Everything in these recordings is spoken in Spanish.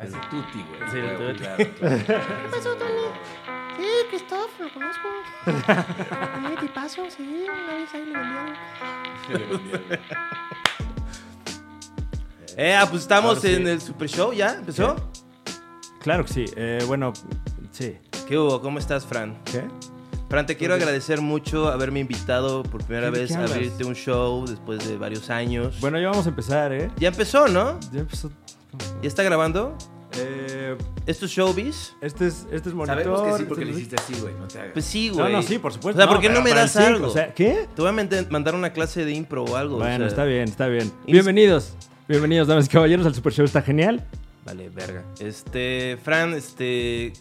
El Tuti, güey. Sí, el Claro, Tuti. claro, claro. Eso también. Sí, Christoph, lo conozco. Sí, tipazo, sí, una vez ahí me vendieron. Se le vendía, güey. Eh, ah, pues estamos Ahora sí. en el Super Show, ¿ya? ¿Empezó? Claro que sí. Eh, bueno, sí. ¿Qué hubo? ¿Cómo estás, Fran? ¿Qué? Fran, te quiero agradecer mucho haberme invitado por primera ¿De qué vez a hablas? abrirte un show después de varios años. Bueno, ya vamos a empezar, ¿eh? Ya empezó, ¿no? Ya empezó. ¿Ya está grabando? Eh, ¿Es tu showbiz? este es, este es monitor. Sabemos que sí porque este lo es- hiciste así, güey. No te hagas. Pues sí, No, güey. no, sí, por supuesto. O sea, ¿por qué no pero me para das el cinco, algo? o sea, ¿qué? Te voy a mand- mandar una clase de impro o algo. o Bueno, sea. está bien, está bien. Ins- Bienvenidos. Bienvenidos, damas y caballeros, al Super Show. Está genial. Vale, verga. Este, Fran, este.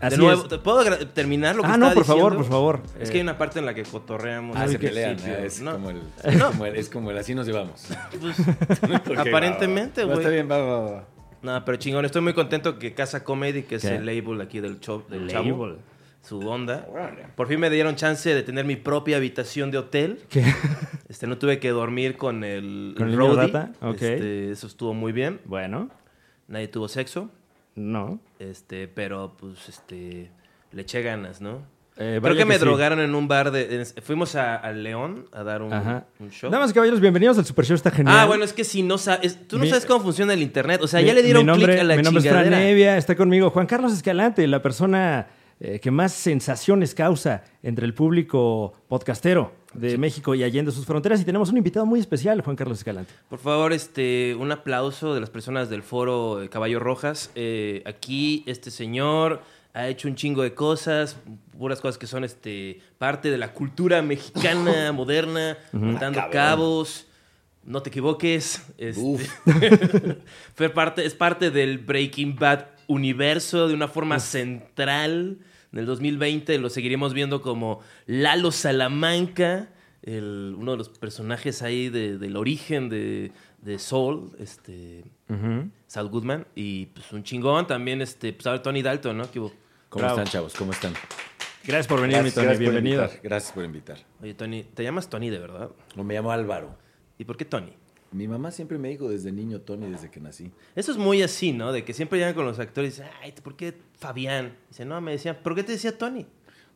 Así de nuevo, es. ¿te ¿puedo agra- terminar lo que Ah, estaba no, por favor, diciendo? por favor. Es que hay Eh, una parte en la que cotorreamos. Ah, al se sí que pelean, principio, ah, es, ¿no? como el, es, como el, es como el así nos llevamos. Pues, Porque, Aparentemente, va, va. No, güey. está bien, va, va, va. No, pero chingón, estoy muy contento que Casa Comedy, que es ¿Qué? el label aquí del, show, del chavo, label. su onda. Órale. Por fin me dieron chance de tener mi propia habitación de hotel. ¿Qué? Este, no tuve que dormir con el, ¿Con el niño roadie. rata? Ok. Este, eso estuvo muy bien. Bueno, Nadie tuvo sexo. no. Este, pero pues este le eché ganas, ¿no? Eh, Creo vaya que me sí. drogaron en un bar de. en- fuimos a, a León a dar un, Ajá. un show. Damas y caballeros, bienvenidos al Super Show. Está genial. Ah, bueno, es que si no sabes. Tú no Mi- sabes cómo funciona el internet. O sea, Mi- ya le dieron mi clic nombre- a la Mi nombre es Fran chingadera. Evia, está conmigo Juan Carlos Escalante, la persona eh, que más sensaciones causa entre el público podcastero de México y allende sus fronteras. Y tenemos un invitado muy especial, Juan Carlos Escalante. Por favor, este, un aplauso de las personas del foro de Caballo Rojas. Eh, aquí este señor ha hecho un chingo de cosas, puras cosas que son este, parte de la cultura mexicana moderna, matando Ah, cabrón. cabos. No te equivoques. este, Uf. fue parte, es parte del Breaking Bad universo de una forma central. En el 2020 lo seguiremos viendo como Lalo Salamanca, el- uno de los personajes ahí de- del origen de, de Saul, este, Saul Goodman, y pues un chingón también, este, pues ahora Tony Dalton, ¿no? ¿Qué hubo? ¿Cómo Bravo. están, chavos? ¿Cómo están? Gracias por venir, mi Tony. por Bienvenido. invitar, Gracias por invitar. Oye, Tony, te llamas Tony de verdad. No, Me llamo Álvaro. ¿Y por qué Tony? Mi mamá siempre me dijo desde niño Tony, desde que nací. Eso es muy así, ¿no? De que siempre llegan con los actores y dicen, ay, ¿por qué Fabián? Dice, no, me decían, ¿por qué te decía Tony?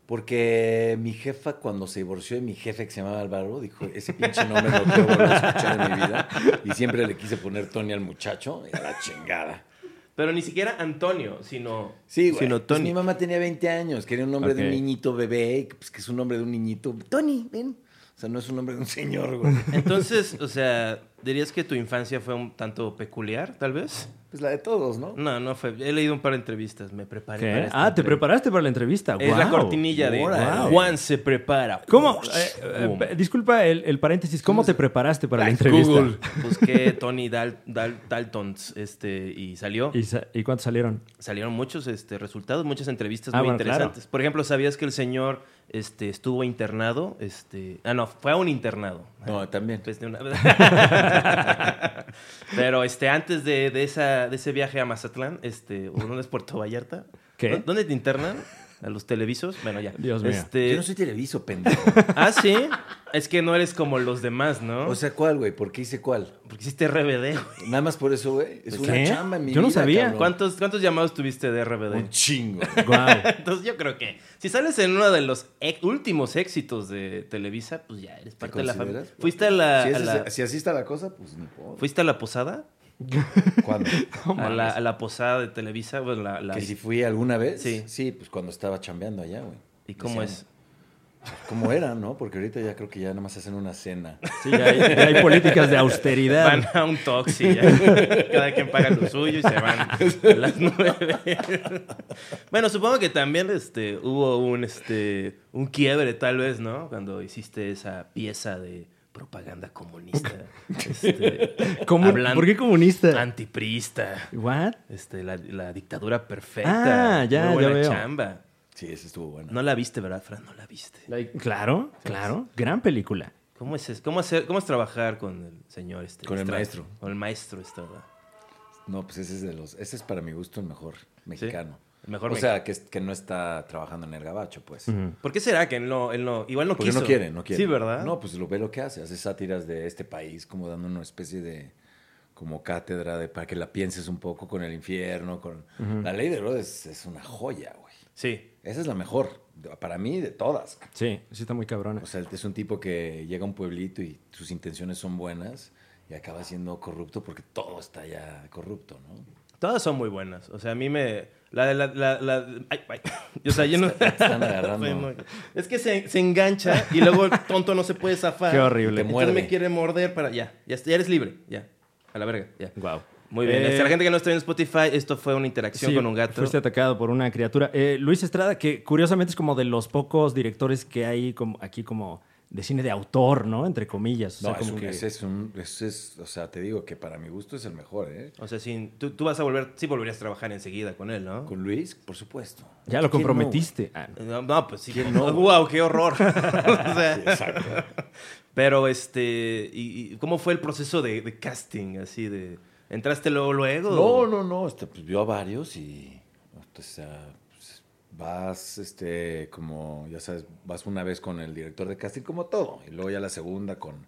Porque mi jefa, cuando se divorció de mi jefe que se llamaba Álvaro, dijo, ese pinche nombre no quiero volver a escuchar en mi vida. Y siempre le quise poner Tony al muchacho. Y a la chingada. Pero ni siquiera Antonio, sino. Sí, güey. Sino Pues Tony. mi mamá tenía 20 años, quería un nombre de un Ok. niñito bebé, y, pues, que es un nombre de un niñito. Tony, ven. O sea, no es un nombre de un señor, güey. Entonces, o sea, ¿dirías que tu infancia fue un tanto peculiar, tal vez? Pues la de todos, ¿no? No, no fue. He leído un par de entrevistas, me preparé. ¿Qué? para esta Ah, te entrevista. preparaste para la entrevista. Es la Guau. cortinilla de Órale. Juan se prepara. ¿Cómo? Psh, Eh, eh, boom. eh, disculpa el, el paréntesis. ¿Cómo te preparaste para la Ay, entrevista? Google. Busqué Tony Dal- Dal- Daltons este, y salió. ¿Y, sa- y cuántos salieron? Salieron muchos este, resultados, muchas entrevistas Ah, muy bueno, interesantes. Por ejemplo, ¿sabías que el señor este, estuvo internado? Este, ah, no, fue a un internado. No, también. Pues, de una- Pero este, antes de, de esa, de ese viaje a Mazatlán, este, ¿o ¿dónde es Puerto Vallarta? ¿Qué? ¿Dó- ¿Dónde te internan? A los televisos. Bueno, ya. Dios mío. Este, Yo no soy televiso, pendejo. Ah, sí. Es que no eres como los demás, ¿no? O sea, ¿cuál, güey? ¿Por qué hice cuál? Porque hiciste RBD. güey. Nada más por eso, güey. Es ¿Qué? una chamba en mi Yo no vida, sabía. cabrón. ¿Cuántos, ¿Cuántos llamados tuviste de RBD? Un chingo. Guau. Entonces yo creo que si sales en uno de los ex- últimos éxitos de Televisa, pues ya eres parte de la familia. consideras? ¿Fuiste a la, si, a es- la- si así está la cosa, pues ni puedo. ¿Fuiste a la posada? ¿Cuándo? a, la, a la posada de Televisa. Bueno, la, la- ¿Que si fui alguna vez? Sí. Sí, pues cuando estaba chambeando allá, güey. ¿Y cómo Decían, es? ¿Cómo era, no? Porque ahorita ya creo que ya nada más hacen una cena. Sí, ya hay, ya hay políticas de austeridad. Van a un toxi ya. Cada quien paga lo suyo y se van a las nueve. bueno, supongo que también este, hubo un, este, un quiebre, tal vez, ¿no? Cuando hiciste esa pieza de propaganda comunista. este, ¿Cómo- hablando- ¿Por qué comunista? Antiprista. ¿What? Este, la, la dictadura perfecta. Ah, ya, Muy buena ya veo. chamba. Sí, esa estuvo buena. No la viste, ¿verdad, Fran? No la viste. Claro, claro. Gran película. ¿Cómo es, eso? ¿Cómo, hacer, ¿Cómo es trabajar con el señor este? Con el Estrada? maestro. Con el maestro, Estrada. No, pues ese es de los. Ese es para mi gusto el mejor mexicano. El mejor o sea, que, es- que no está trabajando en el gabacho, pues. ¿Por qué será que él no, él no igual no Porque quiso? no quiere, no quiere. Sí, ¿verdad? No, pues lo ve lo que hace. Hace sátiras de este país, como dando una especie de. como cátedra de, para que la pienses un poco con el infierno, con... La ley de Herodes es una joya, güey. Sí. Esa es la mejor, de- para mí, de todas. ca- Sí, sí está muy cabrona. O sea, es un tipo que llega a un pueblito y sus intenciones son buenas y acaba siendo corrupto porque todo está ya corrupto, ¿no? Todas son muy buenas. O sea, a mí me. La de la. la- la- ay, ay. O sea, yo no. Te están agarrando. Ay, no. Es que se, se engancha y luego el tonto no se puede zafar. Qué horrible. Te Entonces muerde. me quiere morder para. Ya, ya, ya eres libre. Ya. A la verga. Ya. Wow. Muy bien. Este, la gente que no está en Spotify, esto fue una interacción con un gato. Eh, Fuiste atacado por una criatura. Eh, Luis Estrada, que curiosamente es como de los pocos directores que hay como, aquí como de cine de autor, ¿no? Entre comillas. O No, sea, es como un- que- ese es un, ese es- o sea, te digo que para mi gusto es el mejor, ¿eh? O sea, sin, tú, tú vas a volver. Sí, volverías a trabajar enseguida con él, ¿no? Con Luis, por supuesto. Ya ¿Quién lo no, comprometiste. Ah, no. No, no, pues sí. ¿Quién no? no? ¡Wow! ¡Qué horror! O güey? sea, Sí, exacto. Pero, este, y, y cómo fue el proceso de, de casting? Así de, ¿entraste luego, luego? No, no, no. Este, pues, vio a varios y. O sea, pues, vas, este, como, ya sabes, vas una vez con el director de casting, como todo. Y luego ya la segunda con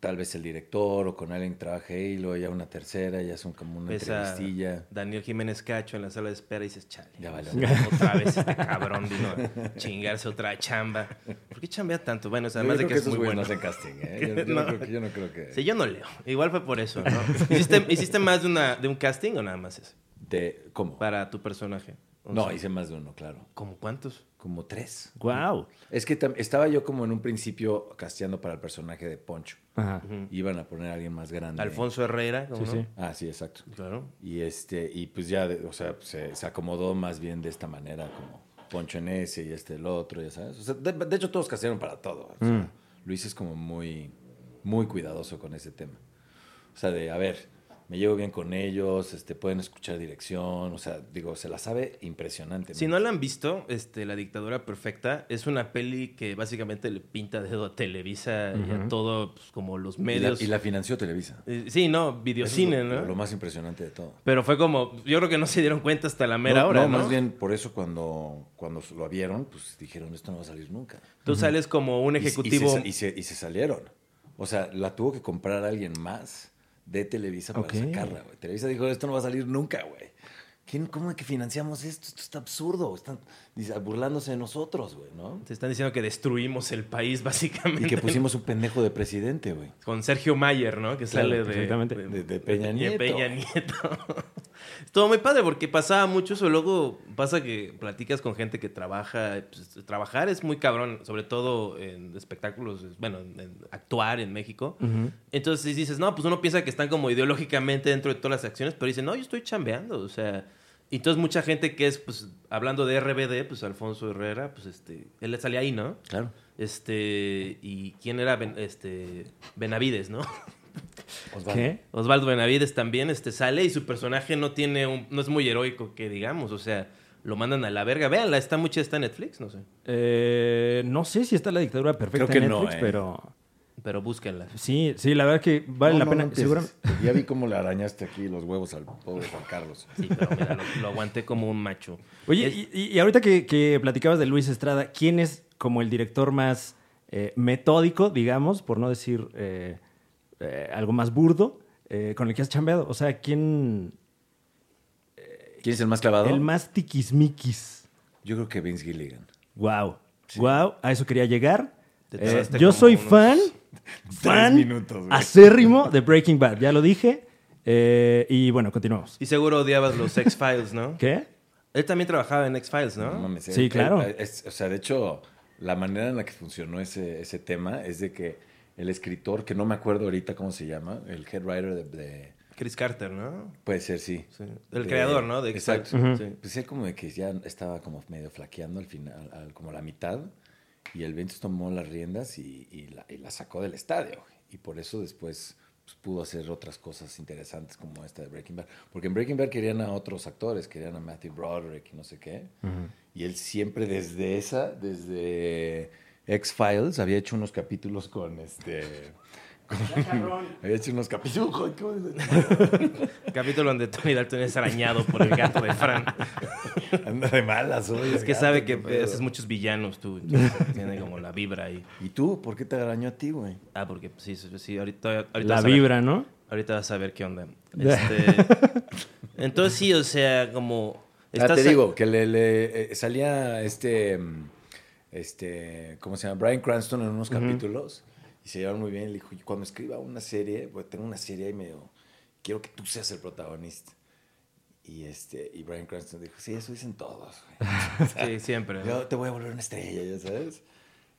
tal vez el director o con alguien que trabaje y luego ya una tercera, ya son como una Ves a entrevistilla. Daniel Jiménez Cacho en la sala de espera y dices, chale. Ya valió. Otra vez este cabrón vino a chingarse otra chamba. ¿Por qué chambea tanto? Bueno, o sea, además de Yo creo que es esos muy güeyes bueno. no hacen casting, ¿eh? Yo, yo no. No. creo que. Yo no creo que... Sí, yo no leo. Igual fue por eso, ¿no? ¿Hiciste, hiciste más de, una, de un casting o nada más eso? De- ¿Cómo? Para tu personaje. O No, sea, hice más de uno, claro. ¿Como cuántos? Como tres. Guau. Es que tam- estaba yo como en un principio casteando para el personaje de Poncho. Ajá. Iban a poner a alguien más grande. Mm. Alfonso Herrera, ¿cómo Sí, no? sí. Ah, sí, exacto. Claro. Y este, y pues ya, de- o sea, se, se acomodó más bien de esta manera, como Poncho en ese y este el otro, ya sabes. O sea, de, de hecho, todos casaron para todo. O sea, Mm. Luis es como muy, muy cuidadoso con ese tema. O sea, de, a ver, me llevo bien con ellos, este, pueden escuchar dirección, o sea, digo, se la sabe impresionante. Si no la han visto, este, La Dictadura Perfecta es una peli que básicamente le pinta dedo a Televisa y a todo, pues, como los Y la, medios. y la financió Televisa. Eh, Sí, no, videocine, Eso es lo- ¿no? Lo más impresionante de todo. Pero fue como, yo creo que no se dieron cuenta hasta la mera no, hora, no, ¿no? más bien por eso cuando, cuando lo vieron, pues dijeron, esto no va a salir nunca. Tú sales como un Y- y ejecutivo. se- Y se, y se salieron. O sea, la tuvo que comprar alguien más de Televisa para Ok. sacarla, güey. Televisa dijo, esto no va a salir nunca, güey. ¿Quién, ¿Cómo que financiamos esto? Esto está absurdo. Están dice, burlándose de nosotros, güey, ¿no? Te están diciendo que destruimos el país, básicamente. Y que pusimos un pendejo de presidente, güey. Con Sergio Mayer, ¿no? Que Claro, sale de, exactamente. De- de Peña Nieto. Peña Nieto. Estuvo muy padre porque pasaba mucho eso. Luego pasa que platicas con gente que trabaja. pues, trabajar es muy cabrón, sobre todo en espectáculos, bueno, en, en actuar en México. Entonces dices, no, pues uno piensa que están como ideológicamente dentro de todas las acciones, pero dicen, no, yo estoy chambeando, o sea... Y entonces mucha gente que es, pues, hablando de RBD, pues Alfonso Herrera, pues este, él le salía ahí, ¿no? Claro. Este, y quién era Ben- este, Benavides, ¿no? Pues ¿Qué? Osvaldo Benavides también este, sale y su personaje no tiene un, no es muy heroico que digamos, o sea, lo mandan a la verga. Véanla, está mucha está en Netflix, no sé. Eh, no sé si está la dictadura perfecta Creo que en no, Netflix, eh. pero Pero búsquenla. sí, sí, la verdad que vale la pena. seguramente. Ya vi cómo le arañaste aquí los huevos al pobre Juan Carlos. Sí, pero mira, lo, lo aguanté como un macho. Oye, Es- y, y- y ahorita que, que platicabas de Luis Estrada, ¿quién es como el director más eh, metódico, digamos, por no decir eh, eh, algo más burdo, eh, con el que has chambeado? O sea, ¿quién ¿Quién es el más clavado? el más tiquismiquis? Yo creo que Vince Gilligan. Wow, wow, a eso quería llegar. Te Eh, tardaste yo como soy unos fan, fan minutos, güey. acérrimo de Breaking Bad, ya lo dije. Eh, y bueno, continuamos. Y seguro odiabas los X-Files, ¿no? ¿Qué? Él también trabajaba en X-Files, ¿no? No mames, Sí, eh, claro. eh, es- o sea, de hecho, la manera en la que funcionó ese, ese tema es de que el escritor, que no me acuerdo ahorita cómo se llama, el head writer de... de- Chris Carter, ¿no? puede ser, sí. Sí. El De- creador, ¿no? De X-Files. exacto. Eh, Sí. Pues él como de que ya estaba como medio flaqueando al final, al- como a la mitad, y el Ventus tomó las riendas y, y la, y la sacó del estadio. güey. Y por eso después pues, pudo hacer otras cosas interesantes como esta de Breaking Bad. Porque en Breaking Bad querían a otros actores, querían a Matthew Broderick y no sé qué. Y él siempre desde esa, desde X-Files, había hecho unos capítulos con este... con- había hecho unos capítulos... Ujú, ¿cómo es? Capítulo donde Tony Dalton es arañado por el gato de Fran. Anda de malas hoy. Es que gato, sabe qué que pedo. haces muchos villanos tú. Entonces, pues, tiene como la vibra ahí. ¿Y tú? ¿Por qué te arañó a ti, güey? Ah, porque sí, sí, sí, ahorita, ahorita La vas a ver. vibra, ¿no? Ahorita vas a ver qué onda. Este, entonces sí, o sea, como... Ah, Ya estás- te digo, que le, le, eh, salía este, mm, este, ¿cómo se llama? Brian Cranston en unos capítulos y se llevaron muy bien. Le dijo, "Yo cuando escriba una serie, voy a tener una serie y me dijo, quiero que tú seas el protagonista. Y, este, y Brian Cranston dijo, sí, eso dicen todos. güey. Sí, siempre. Yo te voy a volver una estrella, ya sabes.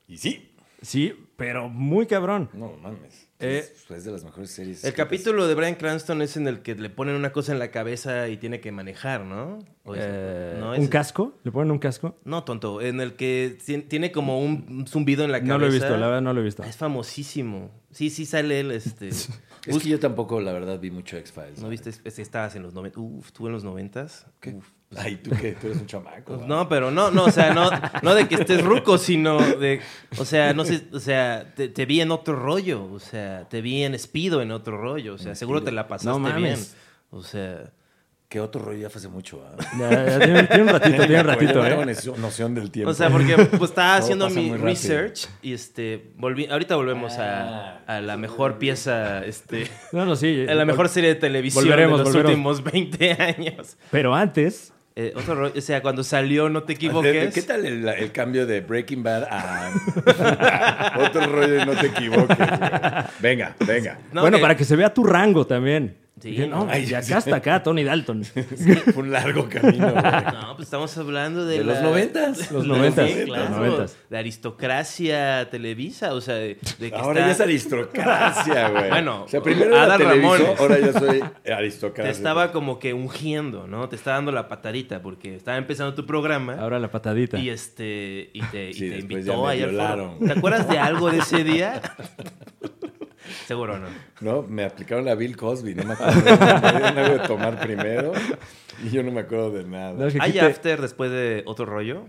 Y sí, Sí, pero muy cabrón. no mames. Eh, es, pues, es de las mejores series. El pues, capítulo de Brian Cranston es en el que le ponen una cosa en la cabeza y tiene que manejar, ¿no? O es- Eh, no, ¿Un es- casco? ¿Le ponen un casco? No, tonto. En el que tien- tiene como un un zumbido en la cabeza. No lo he visto, la verdad no lo he visto. Ah, Es famosísimo. Sí, sí sale él, este... Es que yo tampoco, la verdad, vi mucho X-Files. ¿No viste? Es- Estabas en los 90. Uf, tú en los 90s. ¿Qué? Ay, ¿tú qué? Tú eres un chamaco. Ah. Pues ¿va? No, pero no, no, o sea, no, no de que estés ruco, sino de, o sea, no sé, o sea, te, te vi en otro rollo, o sea, te vi en Espido en otro rollo, o sea, seguro te la pasaste No mames. bien, o sea, ¿Qué otro rollo ya fue hace mucho? ¿va? Ya, ya, tiene, tiene un ratito, tiene un ratito, Yo no tengo ¿eh? necio- noción del tiempo. o sea, porque pues estaba Todo haciendo pasa mi muy rápido. research y este, volví, ahorita volvemos a, a la mejor pieza, este, No, no, sí. a la mejor serie de televisión Volveremos, de los volveremos. últimos 20 años. Pero antes, Eh, otro rollo, o sea, cuando salió No te ¿Qué, equivoques. qué tal el, el cambio de Breaking Bad a otro rollo y no te equivoques? güey? Venga, venga. No, bueno, que- para que se vea tu rango también. Sí, Dije, no, no. de acá hasta acá, Tony Dalton. Fue un largo camino. güey. No, pues estamos hablando de, De los la- noventas. Los Sí, noventas. claro. Los noventas. De aristocracia televisa, o sea, de, de que Ahora está- ya es aristocracia, güey. Bueno, o sea, primero era Adal televisor, Ramones. ahora yo soy te aristocracia. estaba como que ungiendo, ¿no? Te estaba dando la patadita porque estaba empezando tu programa Ahora la patadita. y este y te, y Sí, te después ya invitó me ayer. violaron. ¿Te acuerdas de algo de ese día? Seguro no. No, me aplicaron la Bill Cosby, no me acuerdo. me dieron algo de tomar primero y yo no me acuerdo de No, es nada. que ¿Hay aquí te- after después de otro rollo?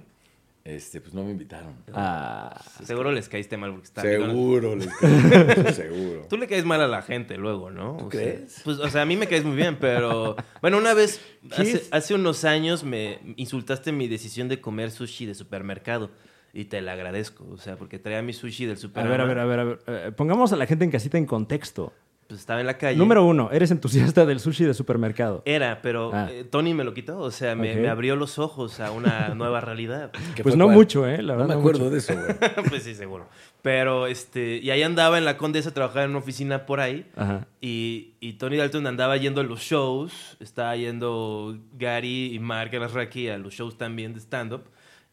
Este, pues no me invitaron. Ah, Seguro les caíste mal porque estaba Seguro, les digo, seguro. Tú le caes mal a la gente luego, ¿no? O sea, crees? pues, o sea, a mí me caes muy bien, pero... Bueno, una vez, hace, es? hace unos años me insultaste mi decisión de comer sushi de supermercado. Y te la agradezco, o sea, porque traía mi sushi del a supermercado. ver, a ver, a ver, a ver. Eh, pongamos a la gente en casita en contexto. Pues estaba en la calle. Número uno, eres entusiasta del sushi de supermercado. Era, pero Ah. eh, Tony me lo quitó, o sea, me, Ok. me abrió los ojos a una nueva realidad. ¿Qué Pues fue no cuál? mucho, ¿eh? La no verdad, me no acuerdo mucho. de eso, güey. pues sí, seguro. Pero, este, y ahí andaba en la Condesa, trabajaba en una oficina por ahí. Ajá. Y, y Tony Dalton andaba yendo a los shows, estaba yendo Gary y Mark Alasraki a los shows también de stand-up.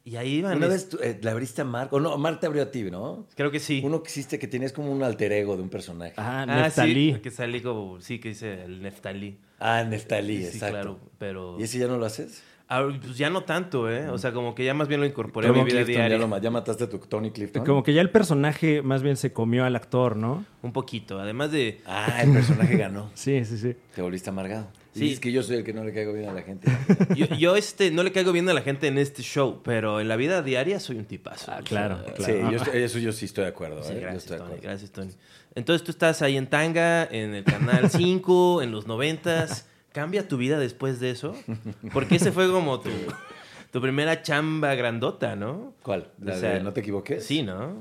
Y ahí iban. Una es- vez tú, eh, le abriste a Marco, no, Mark te abrió a ti, ¿no? Creo que sí. Uno que hiciste que tenías como un alter ego de un personaje. Ah, Ah, sí. Neftalí. Que salí como, sí, que dice el Neftalí. Ah, Neftalí, Sí, exacto. claro, pero... ¿Y ese ya no lo haces? Ah, pues ya no tanto, ¿eh? O sea, como que ya más bien lo incorporé a mi Tony vida Clifton, ya, diaria. lo ma- ya mataste a tu Tony Clifton. Como que ya el personaje más bien se comió al actor, ¿no? Un poquito. Además de... Ah, el personaje ganó. Sí, sí, sí. Te volviste amargado. Sí. Sí. es que yo soy el que no le caigo bien a la gente. Yo, yo, este, no le caigo bien a la gente en este show, pero en la vida diaria soy un tipazo. Ah, O claro, sea, claro. Sí, yo estoy- eso yo sí estoy de acuerdo. Sí, ¿eh? Yo gracias, estoy de Tony, acuerdo. gracias, Tony. Entonces tú estás ahí en Tanga, en el Canal 5, en los 90 ¿Cambia tu vida después de eso? Porque ese fue como tu, tu primera chamba grandota, ¿no? ¿Cuál? ¿La O sea, de no te equivoques? Pues, eh, Sí, ¿no? O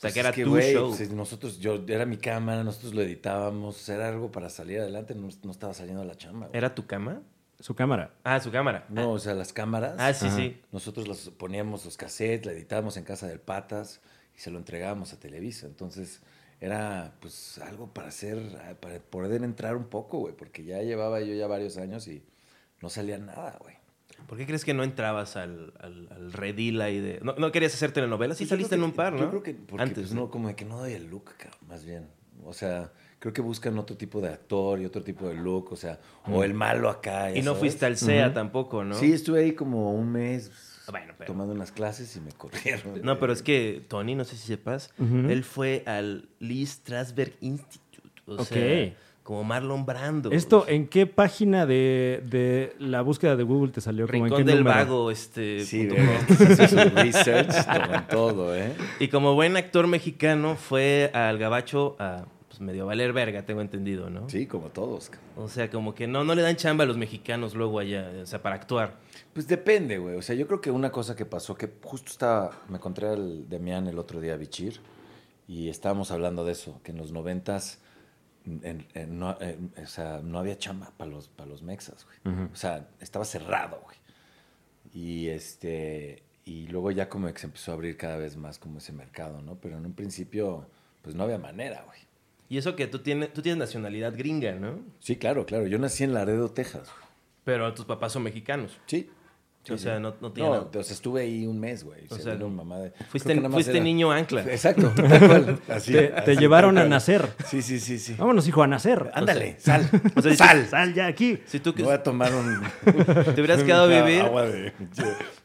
sea, Pues que es era tu güey, show. pues, nosotros, yo, era mi cámara, nosotros lo editábamos, era algo para salir adelante, no, no estaba saliendo la chamba. güey. ¿Era tu cama? Su cámara. Ah, su cámara. No, o sea, las cámaras. Ah, sí, sí. Nosotros las poníamos los cassettes, la editábamos en casa del Patas y se lo entregábamos a Televisa. Entonces era pues algo para hacer, ah, para poder entrar un poco, güey, porque ya llevaba yo ya varios años y no salía nada, güey. Ah, ¿Por qué crees que no entrabas al, al, al redil ahí de... No, no querías hacer telenovelas? Sí Pues yo saliste en creo un que- par, ¿no? Yo creo que porque, Antes. pues, ¿no? no, como de que no doy el look, cabrón, más bien. O sea, creo que buscan otro tipo de actor y otro tipo de look, o sea, o el malo acá. ya Mm. Y no sabes. fuiste al CEA tampoco, ¿no? Sí, estuve ahí como un mes Bueno, pero- tomando unas clases y me corrieron. No, pero es que Tony, no sé si sepas, él fue al Lee Strasberg Institute. O Ok. sea, como Marlon Brando. ¿Esto o sea, en qué página de, de la búsqueda de Google te salió? ¿Cómo en Rincón qué del número? Vago, este. Sí, punto verga, com. entonces hizo su research toman todo, ¿eh? Y como buen actor mexicano, fue al Gabacho a pues, medio valer verga, tengo entendido, ¿no? Sí, como todos. cabrón. O sea, como que no, no le dan chamba a los mexicanos luego allá, o sea, para actuar. Pues depende, güey. O sea, yo creo que una cosa que pasó, que justo estaba, me encontré al Demián el otro día, Bichir, y estábamos hablando de eso, que en los noventas en- en- no, en- o sea, no había chamba para los, para los mexas, güey. O sea, estaba cerrado, güey. Y este y luego ya como que se empezó a abrir cada vez más como ese mercado, ¿no? Pero en un principio pues no había manera, güey. Y eso que tú tienes, tú tienes nacionalidad gringa, ¿no? Sí, claro, claro. Yo nací en Laredo, Texas. güey. Pero tus papás son mexicanos. Sí. O sea, no- no tenía nada. o sea, estuve ahí un mes, güey. O Se sea, vino mi mamá de- Fuiste, creo que nada más fuiste era- niño ancla. Exacto. tal cual. Así, Te- te así, llevaron tal a cual. nacer. Sí, sí, sí, sí. Vámonos, hijo, a nacer. Ándale, O sal. sea, dices, sal. Sal ya aquí. Si tú que- Me Voy a tomar un. te hubieras quedado a una vivir, Agua de.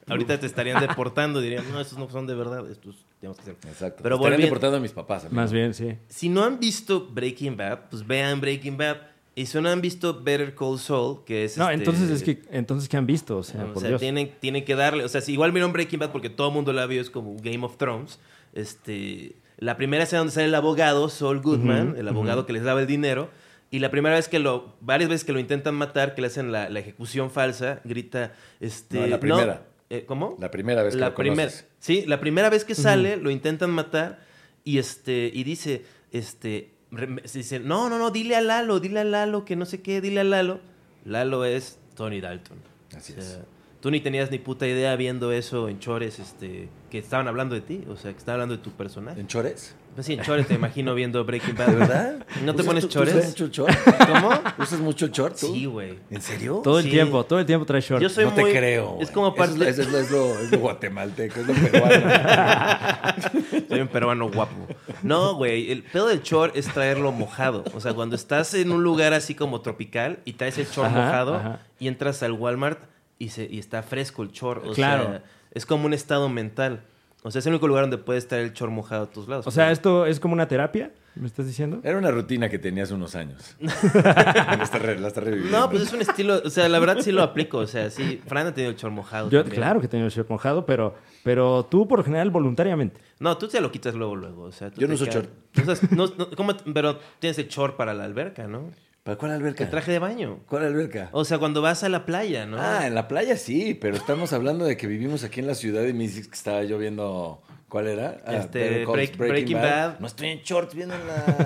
ahorita te estarían deportando. Dirían, no, estos no son de verdad, estos tenemos que ser. Exacto. Pero Pero volviendo- deportando a mis papás. amigo. Más bien, sí. Si no han visto Breaking Bad, pues vean Breaking Bad. Y si no han visto Better Call Saul, que es. No, este- entonces es que, entonces ¿qué han visto? O sea, O por sea, Dios. tienen, tienen que darle. O sea, si igual vieron Breaking Bad porque todo el mundo la vio, es como Game of Thrones. Este, la primera escena donde sale el abogado, Saul Goodman, Ujú, el abogado que les daba el dinero. Y la primera vez que lo, varias veces que lo intentan matar, que le hacen la, la ejecución falsa, grita, este. No, la primera. eh, ¿Cómo? La primera vez Pues, que la lo primera conoces. sí la primera vez que sale lo intentan matar y este y dice este re- se dice no no no dile a Lalo dile a Lalo que no sé qué dile a Lalo Lalo es Tony Dalton Así O es. sea, tú ni tenías ni puta idea viendo eso en chores este que estaban hablando de ti o sea que estaban hablando de tu personaje ¿En chores? pues sí en chores te imagino viendo Breaking Bad ¿De verdad? no te ¿Usas pones tú- tú chores usas mucho chor? cómo ¿Usas mucho short? tú? sí güey ¿En serio? Todo el Sí. tiempo, todo el tiempo trae short. Yo soy- no te muy- creo. es como güey. Eso parte- Es, lo- es lo, es lo- es lo guatemalteco, es lo peruano. Soy un peruano guapo. No, güey. El pedo del short es traerlo mojado. O sea, cuando estás en un lugar así como tropical y traes el short Ajá, mojado ajá. y entras al Walmart y, se, y está fresco el short. O Claro. sea, es como un estado mental. O sea, es el único lugar donde puedes traer el short mojado a tus lados. O sea, esto es como una terapia, ¿me estás diciendo? Era una rutina que tenías unos años. la estás re- la estás reviviendo. No, pues es un estilo. O sea, la verdad sí lo aplico. O sea, sí. Fran ha tenido el short mojado. Yo, también. claro que he tenido el short mojado, pero, pero tú por lo general voluntariamente. No, tú te lo quitas luego, luego. O sea, tú Yo no te uso quedas- short. Tú usas- no- no- ¿cómo- pero tienes el short para la alberca, ¿no? ¿Para cuál El alberca? traje de baño. ¿Cuál alberca? O sea, cuando vas a la playa, ¿no? Ah, en la playa sí, pero estamos hablando de que vivimos aquí en la ciudad y me dices que estaba yo viendo. ¿Cuál era? Ah, Este, Better Call- Break- Breaking Bad. No estoy en shorts viendo la,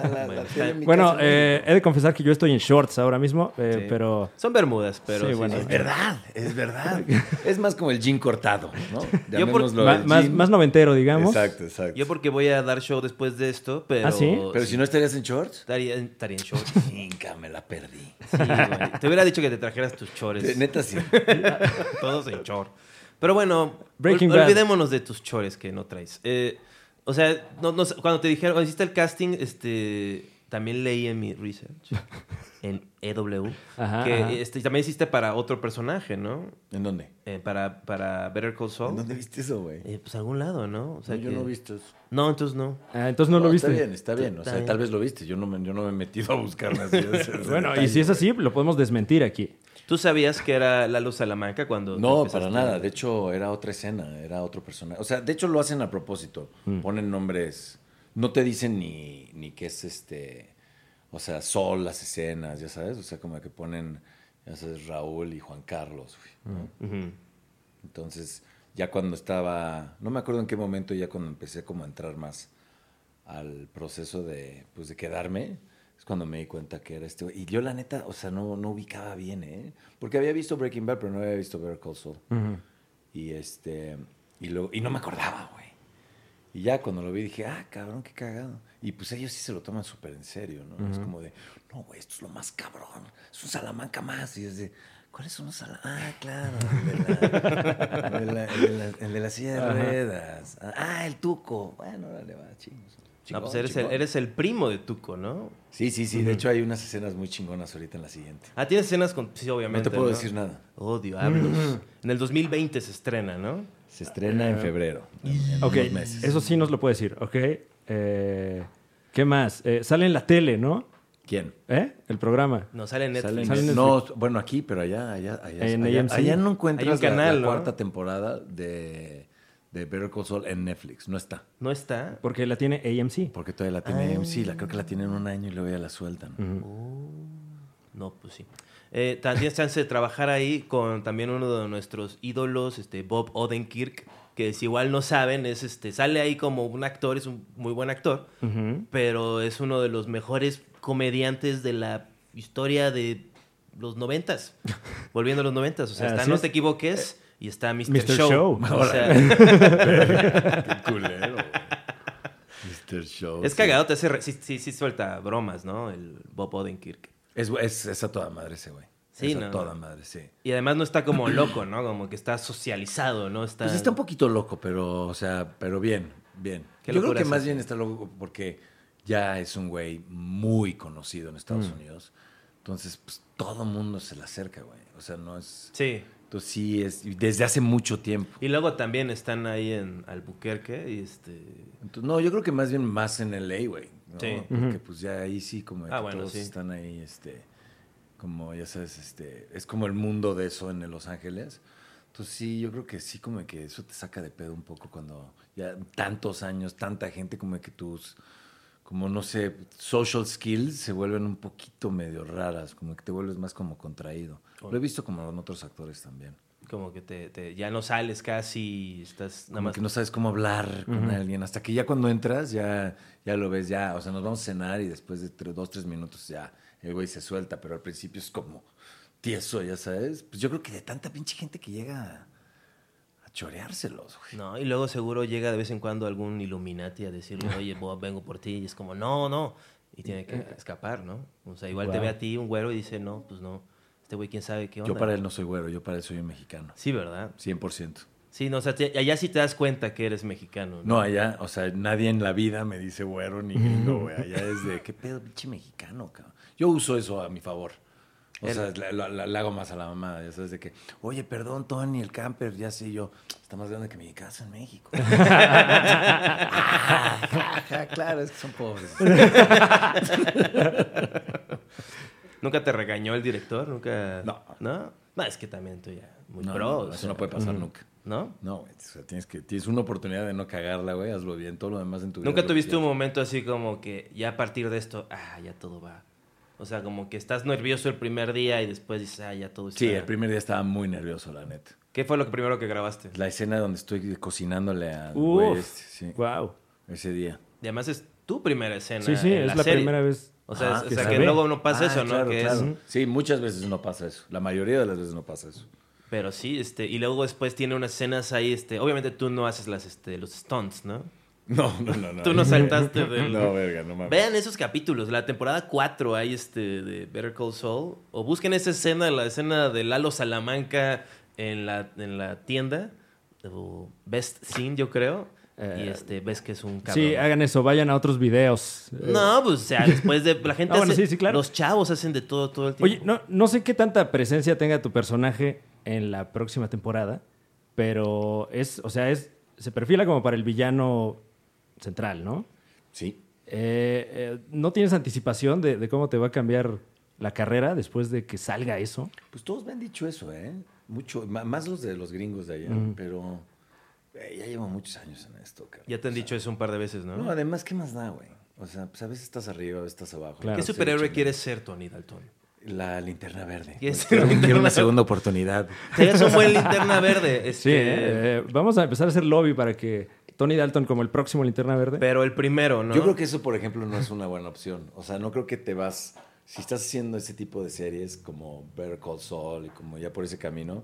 la, Bueno, la tele en mi Bueno, casa, ¿no? eh, he de confesar que yo estoy en shorts ahora mismo, eh, Sí. pero... Son bermudas, pero. Sí, sí, bueno. sí. Es verdad, es verdad. es más como el jean cortado, ¿no? Yo por- Llamémoslo ma- el más, jean. más noventero, digamos. Exacto, exacto. Yo porque voy a dar show después de esto, pero. ¿Ah, sí? Pero si no estarías en shorts. Estaría, estaría en shorts. Inca, me la perdí. Sí, güey. Te hubiera dicho que te trajeras tus De- Pues, chores. Neta sí. Todos en short. Pero bueno, Breaking ol- Bad. olvidémonos de tus chores que no traes. Eh, o sea, no- no sé, cuando te dijeron, cuando hiciste el casting, este. También leí en mi research, en EW, Ajá, que ajá. este, también hiciste para otro personaje, ¿no? ¿En dónde? Eh, para, para Better Call Saul. ¿En dónde viste eso, güey? Eh, pues algún lado, ¿no? O sea, No, yo que- no he visto eso. No, entonces no. Ah, entonces no, lo viste. Está bien, está bien. O Está sea, bien. tal vez lo viste. Yo no me, yo no me he metido a buscar las ideas. Bueno, y si es así, lo podemos desmentir aquí. ¿Tú sabías que era Lalo Salamanca cuando.? te No, empezaste para a- nada. De hecho, era otra escena, era otro personaje. O sea, de hecho lo hacen a propósito. Mm. Ponen nombres. No te dicen ni, ni que es este. O sea, Sol, las escenas, ya sabes. O sea, como que ponen, ya sabes, Raúl y Juan Carlos. güey, ¿no? Mm, Ujú. Entonces, ya cuando estaba. No me acuerdo en qué momento, ya cuando empecé como a entrar más al proceso de, pues, de quedarme, es cuando me di cuenta que era este. güey. Y yo, la neta, o sea, no, no ubicaba bien, ¿eh? Porque había visto Breaking Bad, pero no había visto Better Call Saul. Y este. Y, luego, y no me acordaba, güey. Y ya cuando lo vi dije, ah, cabrón, qué cagado. Y pues ellos sí se lo toman súper en serio, ¿no? Es como de, no, güey, esto es lo más cabrón. Es un Salamanca más. Y es de, ¿cuáles son los Salamanca? Ah, claro, el de la, el de la, el de la- el de la silla de ruedas. Ah, el tuco. Bueno, órale, va, chingos. no, pues eres el, eres el primo de Tuco, ¿no? Sí, sí, sí. De hecho, hay unas escenas muy chingonas ahorita en la siguiente. Ah, tienes escenas con. Sí, obviamente. No te puedo decir nada. Odio, hablos. en el 2020 se estrena, ¿no? Se estrena en Ah, febrero. eh, en- en Ok, unos meses. eso sí nos lo puede decir, ok. Eh, ¿Qué más? Eh, sale en la tele, ¿no? ¿Quién? ¿Eh? El programa. No, sale en Sale Netflix. en Sale en Netflix. no, bueno, aquí, pero allá, allá, allá, En allá, AMC. allá no Hay encuentras un canal, la, la ¿no? cuarta temporada de, de Better Call Saul en Netflix, no está. ¿No está? Porque la tiene AMC. Porque todavía la tiene AMC, la, creo que la tienen un año y luego ya la sueltan. No, pues sí. Eh, tan- tienes chance de trabajar ahí con también uno de nuestros ídolos, este Bob Odenkirk, que si igual no saben, es este sale ahí como un actor, es un muy buen actor, pero es uno de los mejores comediantes de la historia de los noventas. Volviendo a los noventas. O sea, está Así No es. te equivoques y está Mr. Mr. Show. Show. O sea, Qué culero. güey. Mr. Oh, Show. es sí. cagado, te hace re- sí, sí, sí suelta bromas, ¿no? El Bob Odenkirk. Es, es, es a toda madre ese güey. Sí, es a no. toda madre, sí. Y además no está como loco, ¿no? Como que está socializado, ¿no? Está... Pues está un poquito loco, pero, o sea, pero bien, bien. Qué Yo creo locura que es más esa. bien está loco porque ya es un güey muy conocido en Mm. Estados Unidos. Entonces, pues todo mundo se le acerca, güey. O sea, no es. Sí. Entonces, sí, es y desde hace mucho tiempo. Y luego también están ahí en Albuquerque y este... Entonces, no, yo creo que más bien más en LA, güey. ¿no? Sí. Porque pues ya ahí sí, como Ah, que bueno, todos sí. están ahí, este, como ya sabes, este, es como el mundo de eso en Los Ángeles. Entonces sí, yo creo que sí, como que eso te saca de pedo un poco cuando ya tantos años, tanta gente, como que tus, como no sé, social skills se vuelven un poquito medio raras, como que te vuelves más como contraído. Lo he visto como en otros actores también. Como que te, te- ya no sales casi, estás nada Como más... que no sabes cómo hablar con alguien. Hasta que ya cuando entras, ya, ya lo ves, ya. O sea, nos vamos a cenar y después de tre- dos, tres minutos ya el güey se suelta. Pero al principio es como tieso, ya sabes. Pues yo creo que de tanta pinche gente que llega a, a choreárselos, güey. No, y luego seguro llega de vez en cuando algún Illuminati a decirle, oye, Bob, vengo por ti. Y es como, no, no. Y tiene que escapar, ¿no? O sea, igual te ve a ti un güero y dice, no, pues no. Este güey, quién sabe qué onda. Yo para él no soy güero, yo para él soy un mexicano. Sí, ¿verdad? 100%. Sí, no, o sea, te- allá sí te das cuenta que eres mexicano. ¿no? No, allá, o sea, nadie en la vida me dice güero ni gringo, güey. Allá es de, ¿qué pedo, pinche mexicano, cabrón? Yo uso eso a mi favor. O sea, la, la- la- la hago más a la mamada, ya sabes, de que, oye, perdón, Tony, el camper, ya sé yo, está más grande que mi casa en México. Ah, ja, ja, claro, es que son pobres. ¿Nunca te regañó el director? ¿Nunca? No. ¿No? No, es que también tú ya muy No, pro. no, o eso sea, no puede pasar nunca. ¿No? No, güey, o sea, tienes, que, tienes una oportunidad de no cagarla, güey, hazlo bien, todo lo demás en tu vida. ¿Nunca lo tuviste un quieras. momento así como que ya a partir de esto, ah, ya todo va? O sea, como que estás nervioso el primer día y después dices, ah, ya todo está... Sí, el primer día estaba muy nervioso, la neta. ¿Qué fue lo que primero que grabaste? La escena donde estoy cocinándole a... Uf, sí, wow. ese día. Y además es tu primera escena. Sí, sí, en es la, serie. primera vez. O sea, es- Ah, o que sea, se que ve. luego no pasa Ah, eso, ¿no? claro, que claro. es, Sí, muchas veces no pasa eso. La mayoría de las veces no pasa eso. pero sí, este, y luego después tiene unas escenas ahí, este, obviamente tú no haces las, este, los stunts, ¿no? No, no, no. no. Tú no saltaste del... No, verga, no mames. Vean esos capítulos, la temporada 4 hay este de Better Call Saul, o busquen esa escena, la escena de Lalo Salamanca en la, en la tienda, o Best Scene, yo creo, y Eh, este, ves que es un cabrón. Sí, hagan eso, vayan a otros videos. Eh, No, pues, o sea, después de... La gente Ah, bueno, hace- sí, sí, claro. Los chavos hacen de todo, todo el tiempo. Oye, no, no sé qué tanta presencia tenga tu personaje en la próxima temporada, pero es, o sea, es, se perfila como para el villano central, ¿no? Sí. Eh, eh, ¿No tienes anticipación de, de cómo te va a cambiar la carrera después de que salga eso? Pues todos me han dicho eso, ¿eh? Mucho, ma- más los de los gringos de allá, Mm. pero eh, ya llevo muchos años en esto, cabrón. Ya te han dicho eso un par de veces, ¿no? No, además, ¿qué más da, güey? O sea, pues a veces estás arriba, a veces estás abajo. Claro. ¿Qué ¿Qué superhéroe quieres ser, Tony Dalton? La linterna verde. ¿Qué es? Quiero- quiero una segunda oportunidad. Te un buen linterna verde. Sí, este, eh, vamos a empezar a hacer lobby para que Tony Dalton como el próximo Linterna Verde. Pero el primero, ¿no? Yo creo que eso, por ejemplo, no es una buena opción. O sea, no creo que te vas. Si estás haciendo ese tipo de series como Better Call Saul y como ya por ese camino,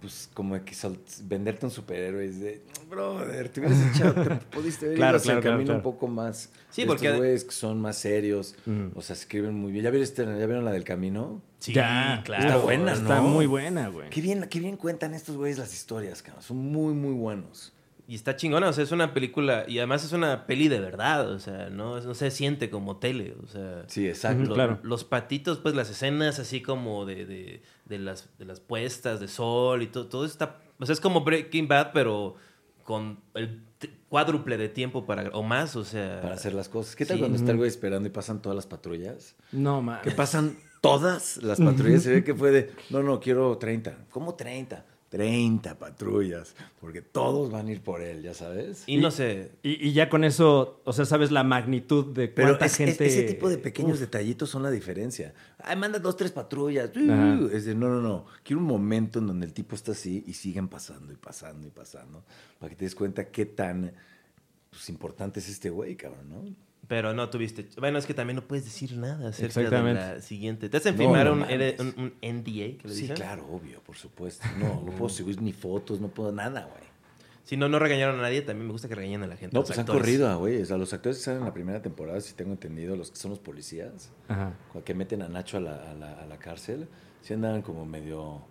pues como que sol- venderte un superhéroe es de, brother, te hubieras echado, te pudiste haber Claro, ido hacia el claro, claro, camino claro. un poco más. Sí, Estos porque- güeyes que son más serios, o sea, escriben muy bien. ¿Ya vieron, este- ya vieron la del camino? Sí, ya, claro. Está buena, Está ¿no? muy buena, güey. Qué bien, qué bien cuentan estos güeyes las historias, cabrón. Son muy, muy buenos. Y está chingona, o sea, es una película. Y además es una peli de verdad, o sea, no, no se siente como tele, o sea. Sí, exacto. lo- claro. Los patitos, pues las escenas así como de, de, de las, de las puestas de sol y todo, todo está. O sea, es como Breaking Bad, pero con el t- cuádruple de tiempo para, o más, o sea. Para hacer las cosas. ¿Qué tal Sí. cuando está el güey esperando y pasan todas las patrullas? No, ma. que pasan todas las patrullas. Se ve que fue de, no, no, quiero 30. ¿Cómo 30? 30 patrullas, porque todos van a ir por él, ya sabes. Y no sé. Y, y ya con eso, o sea, sabes la magnitud de Pero cuánta es- es- gente... ese tipo de pequeños Uf. detallitos son la diferencia. Ay, manda dos, tres patrullas. Uh, Ajá. Es de, no, no, no. Quiero un momento en donde el tipo está así y siguen pasando y pasando y pasando. Para que te des cuenta qué tan pues, importante es este güey, cabrón, ¿no? Pero no tuviste. Bueno, es que también no puedes decir nada acerca Exactamente. de la siguiente. ¿Te hacen No, firmar no un, mames. R- un- un NDA? que le Sí, dicen? claro, obvio, por supuesto. No, no puedo subir ni fotos, no puedo nada, güey. Si no, no regañaron a nadie. También me gusta que regañen a la gente. a No, los pues han actores. corrido a güeyes. A los actores que salen en la primera temporada, si tengo entendido, los que son los policías, Ajá. que meten a Nacho a la, a la- a la cárcel, si andaban como medio,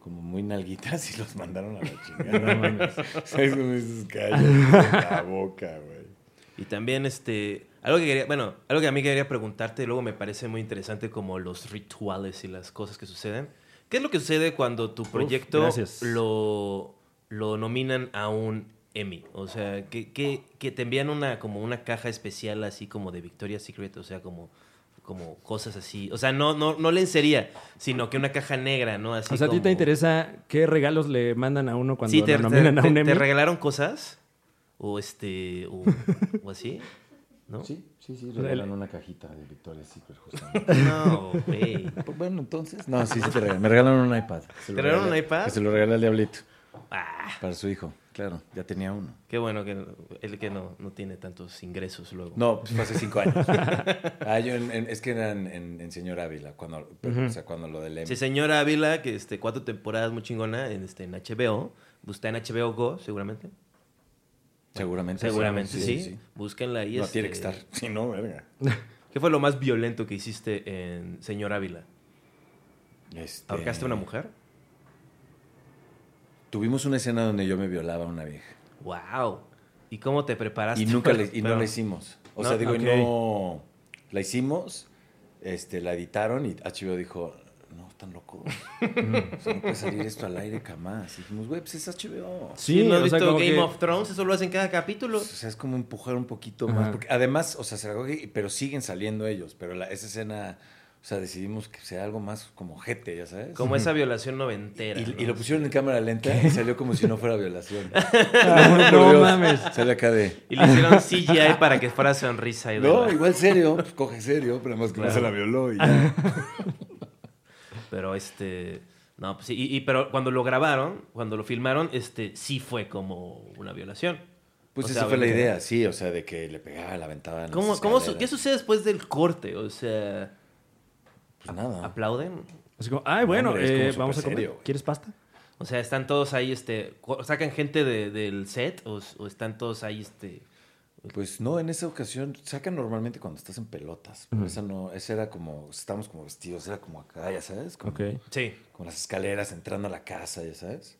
como muy nalguitas y los mandaron a la chingada. No mames. ¿Sabes cómo dices? Cállate la boca, güey. Y también, este. Algo que quería. Bueno, algo que a mí quería preguntarte. Luego me parece muy interesante como los rituales y las cosas que suceden. ¿Qué es lo que sucede cuando tu proyecto gracias. lo, lo nominan a un Emmy? O sea, que, que, que te envían una, como una caja especial así como de Victoria's Secret. O sea, como como cosas así, o sea, no no no lencería, sino que una caja negra, ¿no? Así o sea, ¿a ti te como- interesa qué regalos le mandan a uno cuando sí, te, lo nominan te- a un te- Emmy? te regalaron cosas o este o, o así, ¿no? Sí, sí, sí, sea, regalan Pues el- una cajita de Victoria's Secret justamente. No, güey. Pues bueno, entonces. No, sí, sí te regalan. Me regalaron un iPad. Se lo ¿Te regalaron un regalé- iPad? que se lo regalé al diablito Ah, para su hijo. Claro, ya tenía uno. qué bueno que él que no, no tiene tantos ingresos luego. No, pues fue hace cinco años. ah, yo en- en- es que era en, en- en Señor Ávila, cuando, o sea, cuando lo del Emmy. Sí, señora Ávila, que este, cuatro temporadas muy chingona en, este, en HBO. Busca en HBO Go, seguramente. Seguramente. Seguramente, sí. Búsquenla ahí. No, este, tiene que estar. Sí, no, verga. ¿Qué fue lo más violento que hiciste en Señor Ávila? Este, ¿Ahorcaste a una mujer? Tuvimos una escena donde yo me violaba a una vieja. ¡Wow! ¿Y cómo te preparaste? Y nunca le, y no Ah, Pero- la hicimos. O No, sea, digo, y ok. no. La hicimos, este, la editaron y HBO dijo, no, están locos. O sea, no puede salir esto al aire jamás. Y dijimos, güey, pues es HBO. Sí, o ¿no has sea, visto como Game que- of Thrones? Eso lo hacen cada capítulo. O sea, es como empujar un poquito Ajá. más. Porque además, o sea, se agarró que- pero siguen saliendo ellos. Pero la- esa escena, o sea, decidimos que sea algo más como jete, ya sabes. Como esa violación noventera. y, ¿no? y lo pusieron en cámara lenta y salió como si no fuera violación. No, Por Dios, mames. Sale acá de. Y le hicieron CGI para que fuera sonrisa y No, verdad. igual serio, pues coge serio, pero además que no se la violó y ya. Pero este. No, pues sí, y, y- pero cuando lo grabaron, cuando lo filmaron, este sí fue como una violación. Pues O esa sea, fue la obviamente. idea, sí, o sea, de que le pegaba, la ventana. ¿Cómo, cómo su- ¿Qué sucede después del corte? O sea, Pues nada. ¿aplauden? Así como, ay, bueno, Hombre, es como eh, súper vamos a comer. serio, güey. ¿Quieres pasta? O sea, están todos ahí, este. cu- ¿Sacan gente de- del set? O, o están todos ahí, este. Pues no, en esa ocasión sacan normalmente cuando estás en pelotas. Pero esa no, esa era como, estábamos como vestidos, era como acá, ya sabes. Como, Ok. Sí. con las escaleras entrando a la casa, ya sabes.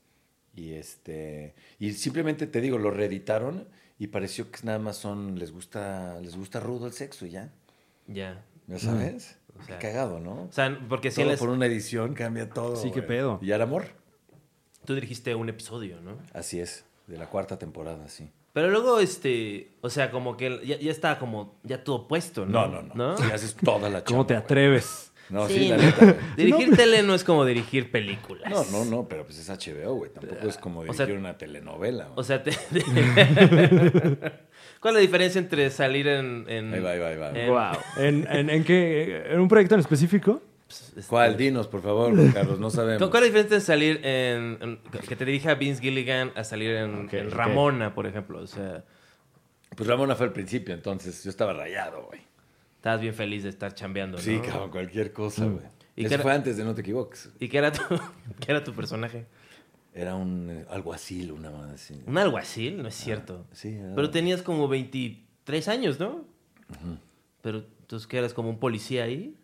Y este y simplemente te digo, lo reeditaron y pareció que nada más son les gusta les gusta rudo el sexo y ya. Ya. ¿Ya sabes? O sea, Qué cagado, ¿no? O sea, porque si Todo en las- por una edición cambia todo. Sí, qué güey. pedo. Y al amor. tú dirigiste un episodio, ¿no? Así es, de la cuarta temporada, sí. Pero luego, este. O sea, como que ya, ya está como. Ya todo puesto, No, ¿no? no, no. Sí, haces toda la chamba, ¿Cómo te güey. atreves? No, sí, Sí, la no. neta. güey. Dirigir tele no es como dirigir películas. No, no, no, pero pues es HBO, güey. Tampoco es como O dirigir sea- una telenovela. güey. O sea, te- ¿cuál es la diferencia entre salir en... en- ahí va, ahí va, ahí va. Eh, Wow. ¿En, en, en qué? ¿En un proyecto en específico? pues, este, ¿Cuál? Dinos, por favor, Carlos, no sabemos. ¿Cuál es la diferencia entre salir en, en- que te dirija Vince Gilligan a salir en, Ok, en ok. Ramona, por ejemplo? O sea, Pues Ramona fue al principio, entonces yo estaba rayado, güey. estabas bien feliz de estar chambeando, ¿no? Sí, cabrón, cualquier cosa, güey. Mm. ¿Y qué Eso era- fue antes de No Te Equivoques. ¿Y qué era tu, qué era tu personaje? Era un eh, alguacil, una madre así. ¿Un alguacil? No es cierto. Ah, Sí, era- Pero tenías como 23 años, ¿no? Pero entonces, ¿qué eras? ¿Como un policía ahí?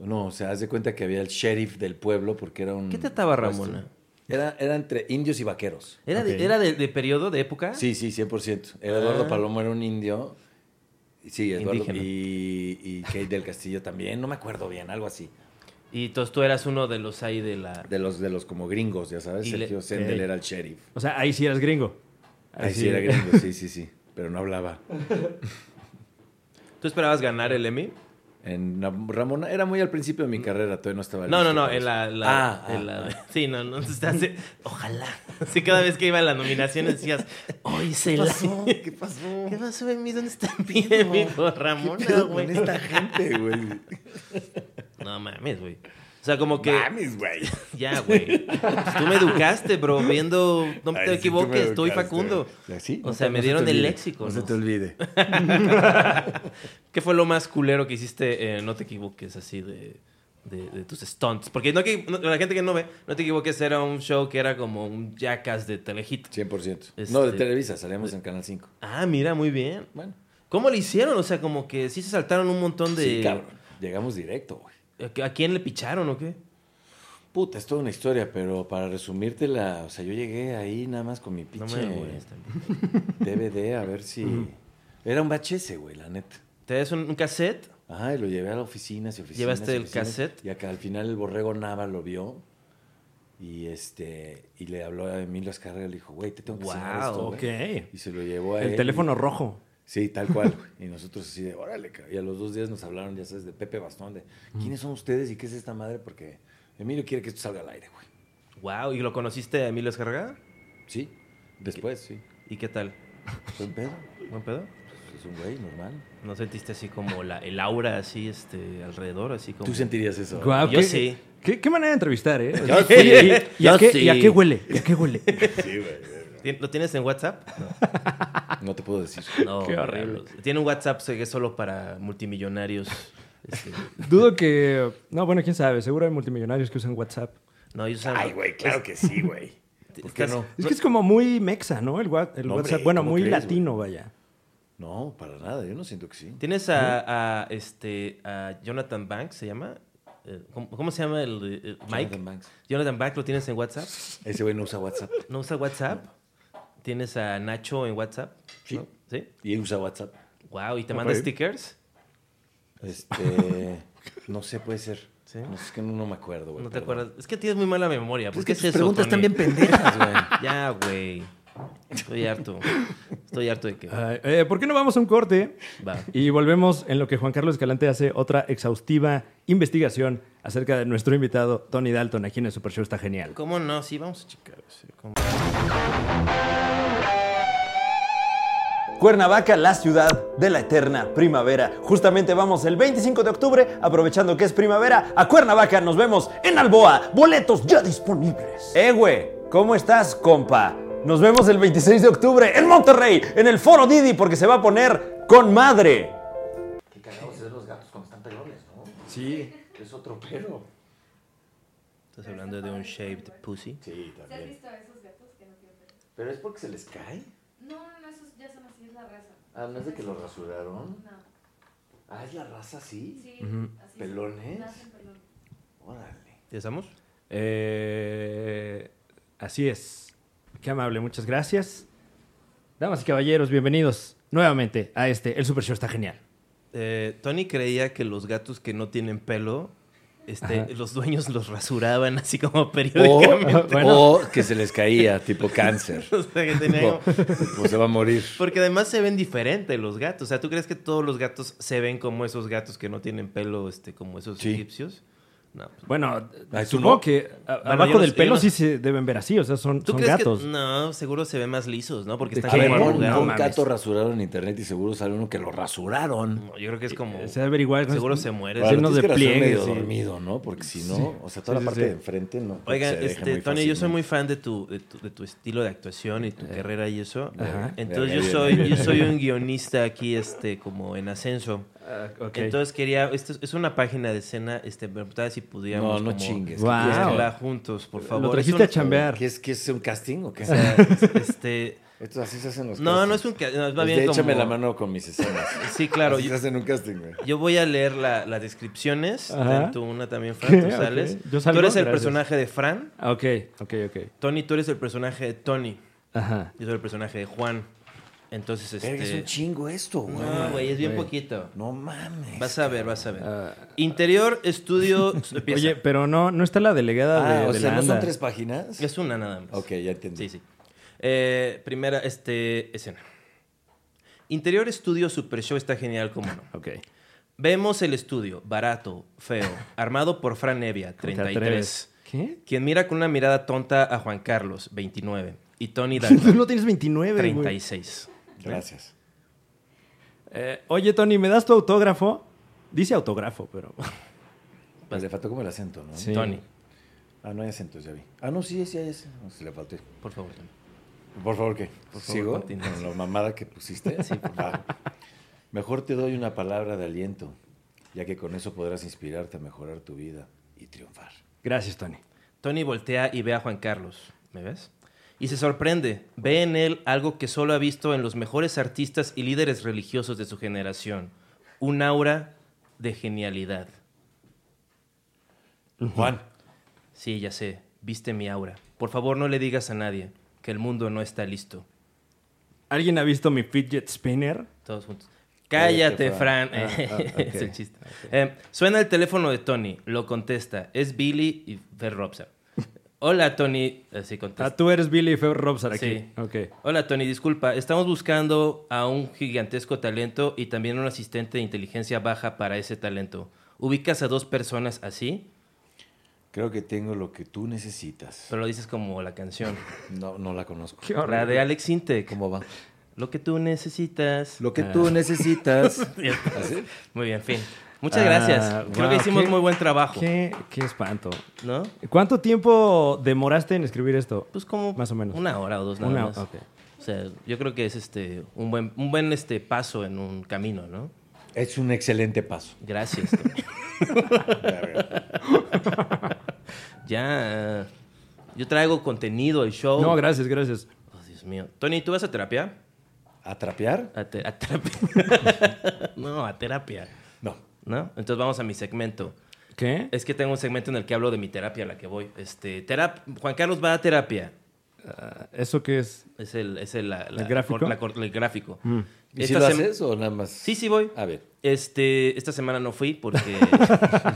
No, o sea, haz de cuenta que había el sheriff del pueblo porque era un... ¿Qué trataba puesto. Ramona? Era, era entre indios y vaqueros. ¿Era, Ok. de, ¿era de, de periodo, de época? Sí, sí, 100%. Era Eduardo Palomo era un indio. Sí, Eduardo. Ah. Indígena. Y, y Kate del Castillo también, no me acuerdo bien, algo así. Y entonces tú eras uno de los ahí de la... De los, de los como gringos, ya sabes. Y le- Sergio Sendel Ok. era el sheriff. O sea, ahí sí eras gringo. Ah, Ahí sí era gringo, sí, sí, sí. Pero no hablaba. ¿Tú esperabas ganar el Emmy? En la- Ramona, era muy al principio de mi carrera, todavía no estaba Mm. No, no, listo no, para en eso. la... la- Ah, en ah, la- Sí, no, no, entonces te hace- Ojalá. Así cada vez que iba a la nominación decías, hoy se la... ¿Qué pasó? ¿Qué pasó, Emmy? ¿Dónde está mi Emmy? pues, Ramona, pedo güey. con esta gente, güey? No mames, güey. O sea, como que. Mames, güey. Ya, güey. Pues tú me educaste, bro, viendo. No Ay, te sí, tú me equivoques, estoy educaste. Facundo. Ya, sí, O no sea, te- me no se dieron te el olvide. léxico. No se ¿no? te olvide. ¿Qué fue lo más culero que hiciste? eh, no te equivoques así de, de- de tus stunts. Porque no que, no- la gente que no ve, no te equivoques, era un show que era como un jackass de telehit. 100%. Este- No, de Televisa, salíamos en Canal 5. Ah, mira, muy bien. Bueno, ¿Cómo le hicieron? O sea, como que sí se saltaron un montón de... sí, cabrón. Llegamos directo, güey. ¿A- ¿A quién le picharon o qué? Puta, es toda una historia, pero para resumírtela, o sea, yo llegué ahí nada más con mi No pinche me molestan. DVD a ver si... Era un bache ese, güey, la neta. ¿Te das un, un cassette? Ajá, y lo llevé a la oficina, y oficinas. ¿Llevaste y el oficinas, cassette? Y acá al final el borrego Nava lo vio. Y este y le habló a Emilio Azcárraga y le dijo, güey, te tengo que enseñar Wow, esto, güey". ok. Y se lo llevó a él. El y- teléfono rojo. Sí, tal cual. güey. Y nosotros así de, órale, cabrón. Y a los dos días nos hablaron, ya sabes, de Pepe Bastón, de quiénes son ustedes y qué es esta madre, porque Emilio quiere que esto salga al aire, güey. Wow, ¿y lo conociste a Emilio Escarga? Sí, después, sí. ¿Y qué tal? Fue un pedo. ¿Buen pedo? pues, es un güey normal. ¿No sentiste así como la, el aura así este, alrededor? Así como... ¿Tú sentirías eso? Guau, Yo qué- sí. Qué, qué manera de entrevistar, ¿eh? Yo Oye, sí, ¿Y, y a yo qué, sí. y a qué huele? ¿Y a qué huele? Sí, güey. ¿Tien- ¿Lo tienes en WhatsApp? No te puedo decir. No, Qué horrible. Carlos. Tiene un WhatsApp que es solo para multimillonarios. Este, Dudo que. No, bueno, quién sabe. Seguro hay multimillonarios que usan WhatsApp. no, yo Ay, güey, claro que sí, güey. ¿por qué no? Es que es como muy mexa, ¿no? El, wa- el No, hombre, WhatsApp. bueno, ¿cómo muy crees, latino, vaya. No, para nada. Yo no siento que sí. Tienes a, a, este, a Jonathan Banks, ¿se llama? Eh, ¿Cómo, cómo se llama el, eh, Mike? Jonathan Banks. Jonathan Banks, ¿lo tienes en WhatsApp? Ese güey no usa WhatsApp. ¿No usa WhatsApp? ¿Tienes a Nacho en WhatsApp? Sí. ¿No? ¿Sí? Y él usa WhatsApp. Wow, ¿y te manda Ok. stickers? Este. No sé, puede ser. ¿Sí? No, es que no, no me acuerdo, güey. ¿No te perdón. acuerdas? Es que tienes muy mala memoria. ¿Por Es qué que es tus eso, preguntas Tony? están bien pendejas, güey. Ya, güey. Estoy harto. Estoy harto de que... Ay, eh, ¿Por qué no vamos a un corte? Va. Y volvemos en lo que Juan Carlos Escalante hace otra exhaustiva investigación acerca de nuestro invitado Tony Dalton, aquí en el Super Show está genial. ¿Cómo no? Sí, vamos a checar. sí, ¿cómo? Cuernavaca, la ciudad de la eterna primavera. Justamente vamos el 25 de octubre, aprovechando que es primavera, a Cuernavaca. Nos vemos en Alboa. Boletos ya disponibles. Eh, güey, ¿cómo estás, compa? Nos vemos el 26 de octubre en Monterrey, en el Foro Didi, porque se va a poner con madre. Qué cagados es los gatos cuando están pelones, ¿no? Sí. Es otro pelo. Estás hablando de un shaped pussy. Sí, ¿Se has también. visto a esos gatos que no quieren perder? Pero es porque se les cae. No, no, no, esos ya son así, es la raza. Ah, no es de que lo rasuraron. No, Ah, es la raza, sí. sí, así ¿Pelones? son, nacen pelones. Órale. ¿Ya estamos? Eh, así es. Qué amable, muchas gracias. Damas y caballeros, bienvenidos nuevamente a este El Super Show está genial. Eh, Tony creía que los gatos que no tienen pelo, Ajá. Oh. este, los dueños los rasuraban así como periódicamente. O, Bueno. o que se les caía, tipo cáncer. O sea, que tenía Tipo, como- pues se va a morir. Porque además se ven diferente los gatos. O sea, ¿tú crees que todos los gatos se ven como esos gatos que no tienen pelo, este, como esos Sí. egipcios? No. pues, Bueno, Ay, ¿tú supongo no? que a- Bueno, abajo yo no del sé, yo pelo no sí sé. se deben ver así, o sea, son, ¿Tú son crees gatos. que no? Seguro se ven más lisos, ¿no? Porque ¿De están A qué? ver, como pon, no arrugados. pon mames. gato rasurado en internet y seguro sale uno que lo rasuraron. No, yo creo que es como. Eh, Se debe igual. Seguro se muere. Ahora, Sí, llenos tienes de que rasurar pliegues, medio sí. dormido, ¿no? Porque si no, Sí. o sea, toda Sí, sí, la parte sí. de enfrente no. creo que Oigan, se deje este, muy Tony, yo soy muy fácilmente. fan de tu, de tu, de tu estilo de actuación y tu carrera y eso. Eh, Eh, Ajá. Entonces Bien, yo bien, soy, bien, yo bien. soy un guionista aquí, este, como en ascenso. Ah, ok. Entonces quería, esto es- es una página de escena, este, me preguntaba si pudiéramos No, no como chingues. Wow. hacerla juntos, por favor. Lo Es trajiste un- a chambear. ¿Qué es, qué es un casting o qué? Este, Esto así se hacen los no, castings. no es un, ca- no, es más Pues bien de échame como- la mano con mis escenas. Sí, claro. Así Yo, se hacen un casting, güey. yo voy a leer la- las descripciones. Ajá. Ten Tú una también, Fran, tú Ok, sales. ¿yo salgo? Tú eres el Gracias. personaje de Fran. Ah, Ok, ok, ok. Tony, tú eres el personaje de Tony. Ajá. Yo soy el personaje de Juan. Entonces, Verga, Es un este. chingo esto, güey. Este No, güey, es bien poquito. No mames. Vas a ver, vas a ver. Ah. Interior, estudio. empieza. Oye, pero no, no está la delegada Ah, de, o de sea, la ¿no son ANDA. tres páginas? Es una nada más. Ok, ya entendí. Sí, sí. Eh, primera este, escena. Interior, estudio, super show está genial, como no. Ok. Vemos el estudio, barato, feo, armado por Fran Evia, Te 33. atreves. ¿Qué? Quien mira con una mirada tonta a Juan Carlos, 29. Y Tony Tú Dalton, no tienes 29, güey. 36. Gracias. Eh, oye, Tony, ¿me das tu autógrafo? Dice autógrafo, pero... Pues pasa. le faltó como el acento, ¿no? Sí. Tony, Ah, no hay acentos, ya vi. Ah, no, sí, sí, sí. No, sí, le falté. por favor. Tony. Por favor, ¿qué? Por favor, ¿Sigo continúa. con la mamada que pusiste? Sí, por favor. Mejor te doy una palabra de aliento, ya que con eso podrás inspirarte a mejorar tu vida y triunfar. Gracias, Tony. Tony voltea y ve a Juan Carlos. ¿Me ves? Y se sorprende. Ve en él algo que solo ha visto en los mejores artistas y líderes religiosos de su generación. Un aura de genialidad. Juan, Sí, ya sé. Viste mi aura. Por favor, no le digas a nadie que el mundo no está listo. ¿Alguien ha visto mi fidget spinner? Todos juntos. Cállate, Cállate, Fran. Fran. Ah, ah, es ok, un chiste. Eh, suena el teléfono de Tony. Lo contesta. Es Billy y Fer Robson. Hola, Tony. Así contesta. Ah, tú eres Billy Feo Robson aquí. Sí. Ok. Hola, Tony. Disculpa. Estamos buscando a un gigantesco talento y también un asistente de inteligencia baja para ese talento. ¿Ubicas a dos personas así? creo que tengo lo que tú necesitas. Pero lo dices como la canción. No, no la conozco. Qué horror. La de Alex Intec. ¿Cómo va? Lo que tú necesitas. Lo que tú necesitas. ¿Así? Muy bien, fin. Muchas Ah, gracias. Creo que wow, hicimos qué- muy buen trabajo. Qué, qué espanto. ¿No? ¿Cuánto tiempo demoraste en escribir esto? Pues como Más o menos. una hora o dos nada Una- más. ok. O sea, yo creo que es este un buen, un buen este paso en un camino, ¿no? Es un excelente paso. Gracias. Tony. ya. eh, Yo traigo contenido al show. No, gracias, gracias. Oh, Dios mío. Tony, ¿tú vas a terapia? ¿A trapear? A, te- a terapia. no, a terapia. No. ¿No? Entonces vamos a mi segmento. ¿Qué? Es que tengo un segmento en el que hablo de mi terapia a la que voy. Este, terap Juan Carlos va a terapia. ¿Eso qué es? Es el, es el, la- la- ¿El gráfico? cor- la cor- el gráfico. Mm. ¿Y si Esta lo sem- haces o nada más? Sí, sí voy. A ver. Este, esta semana no fui porque,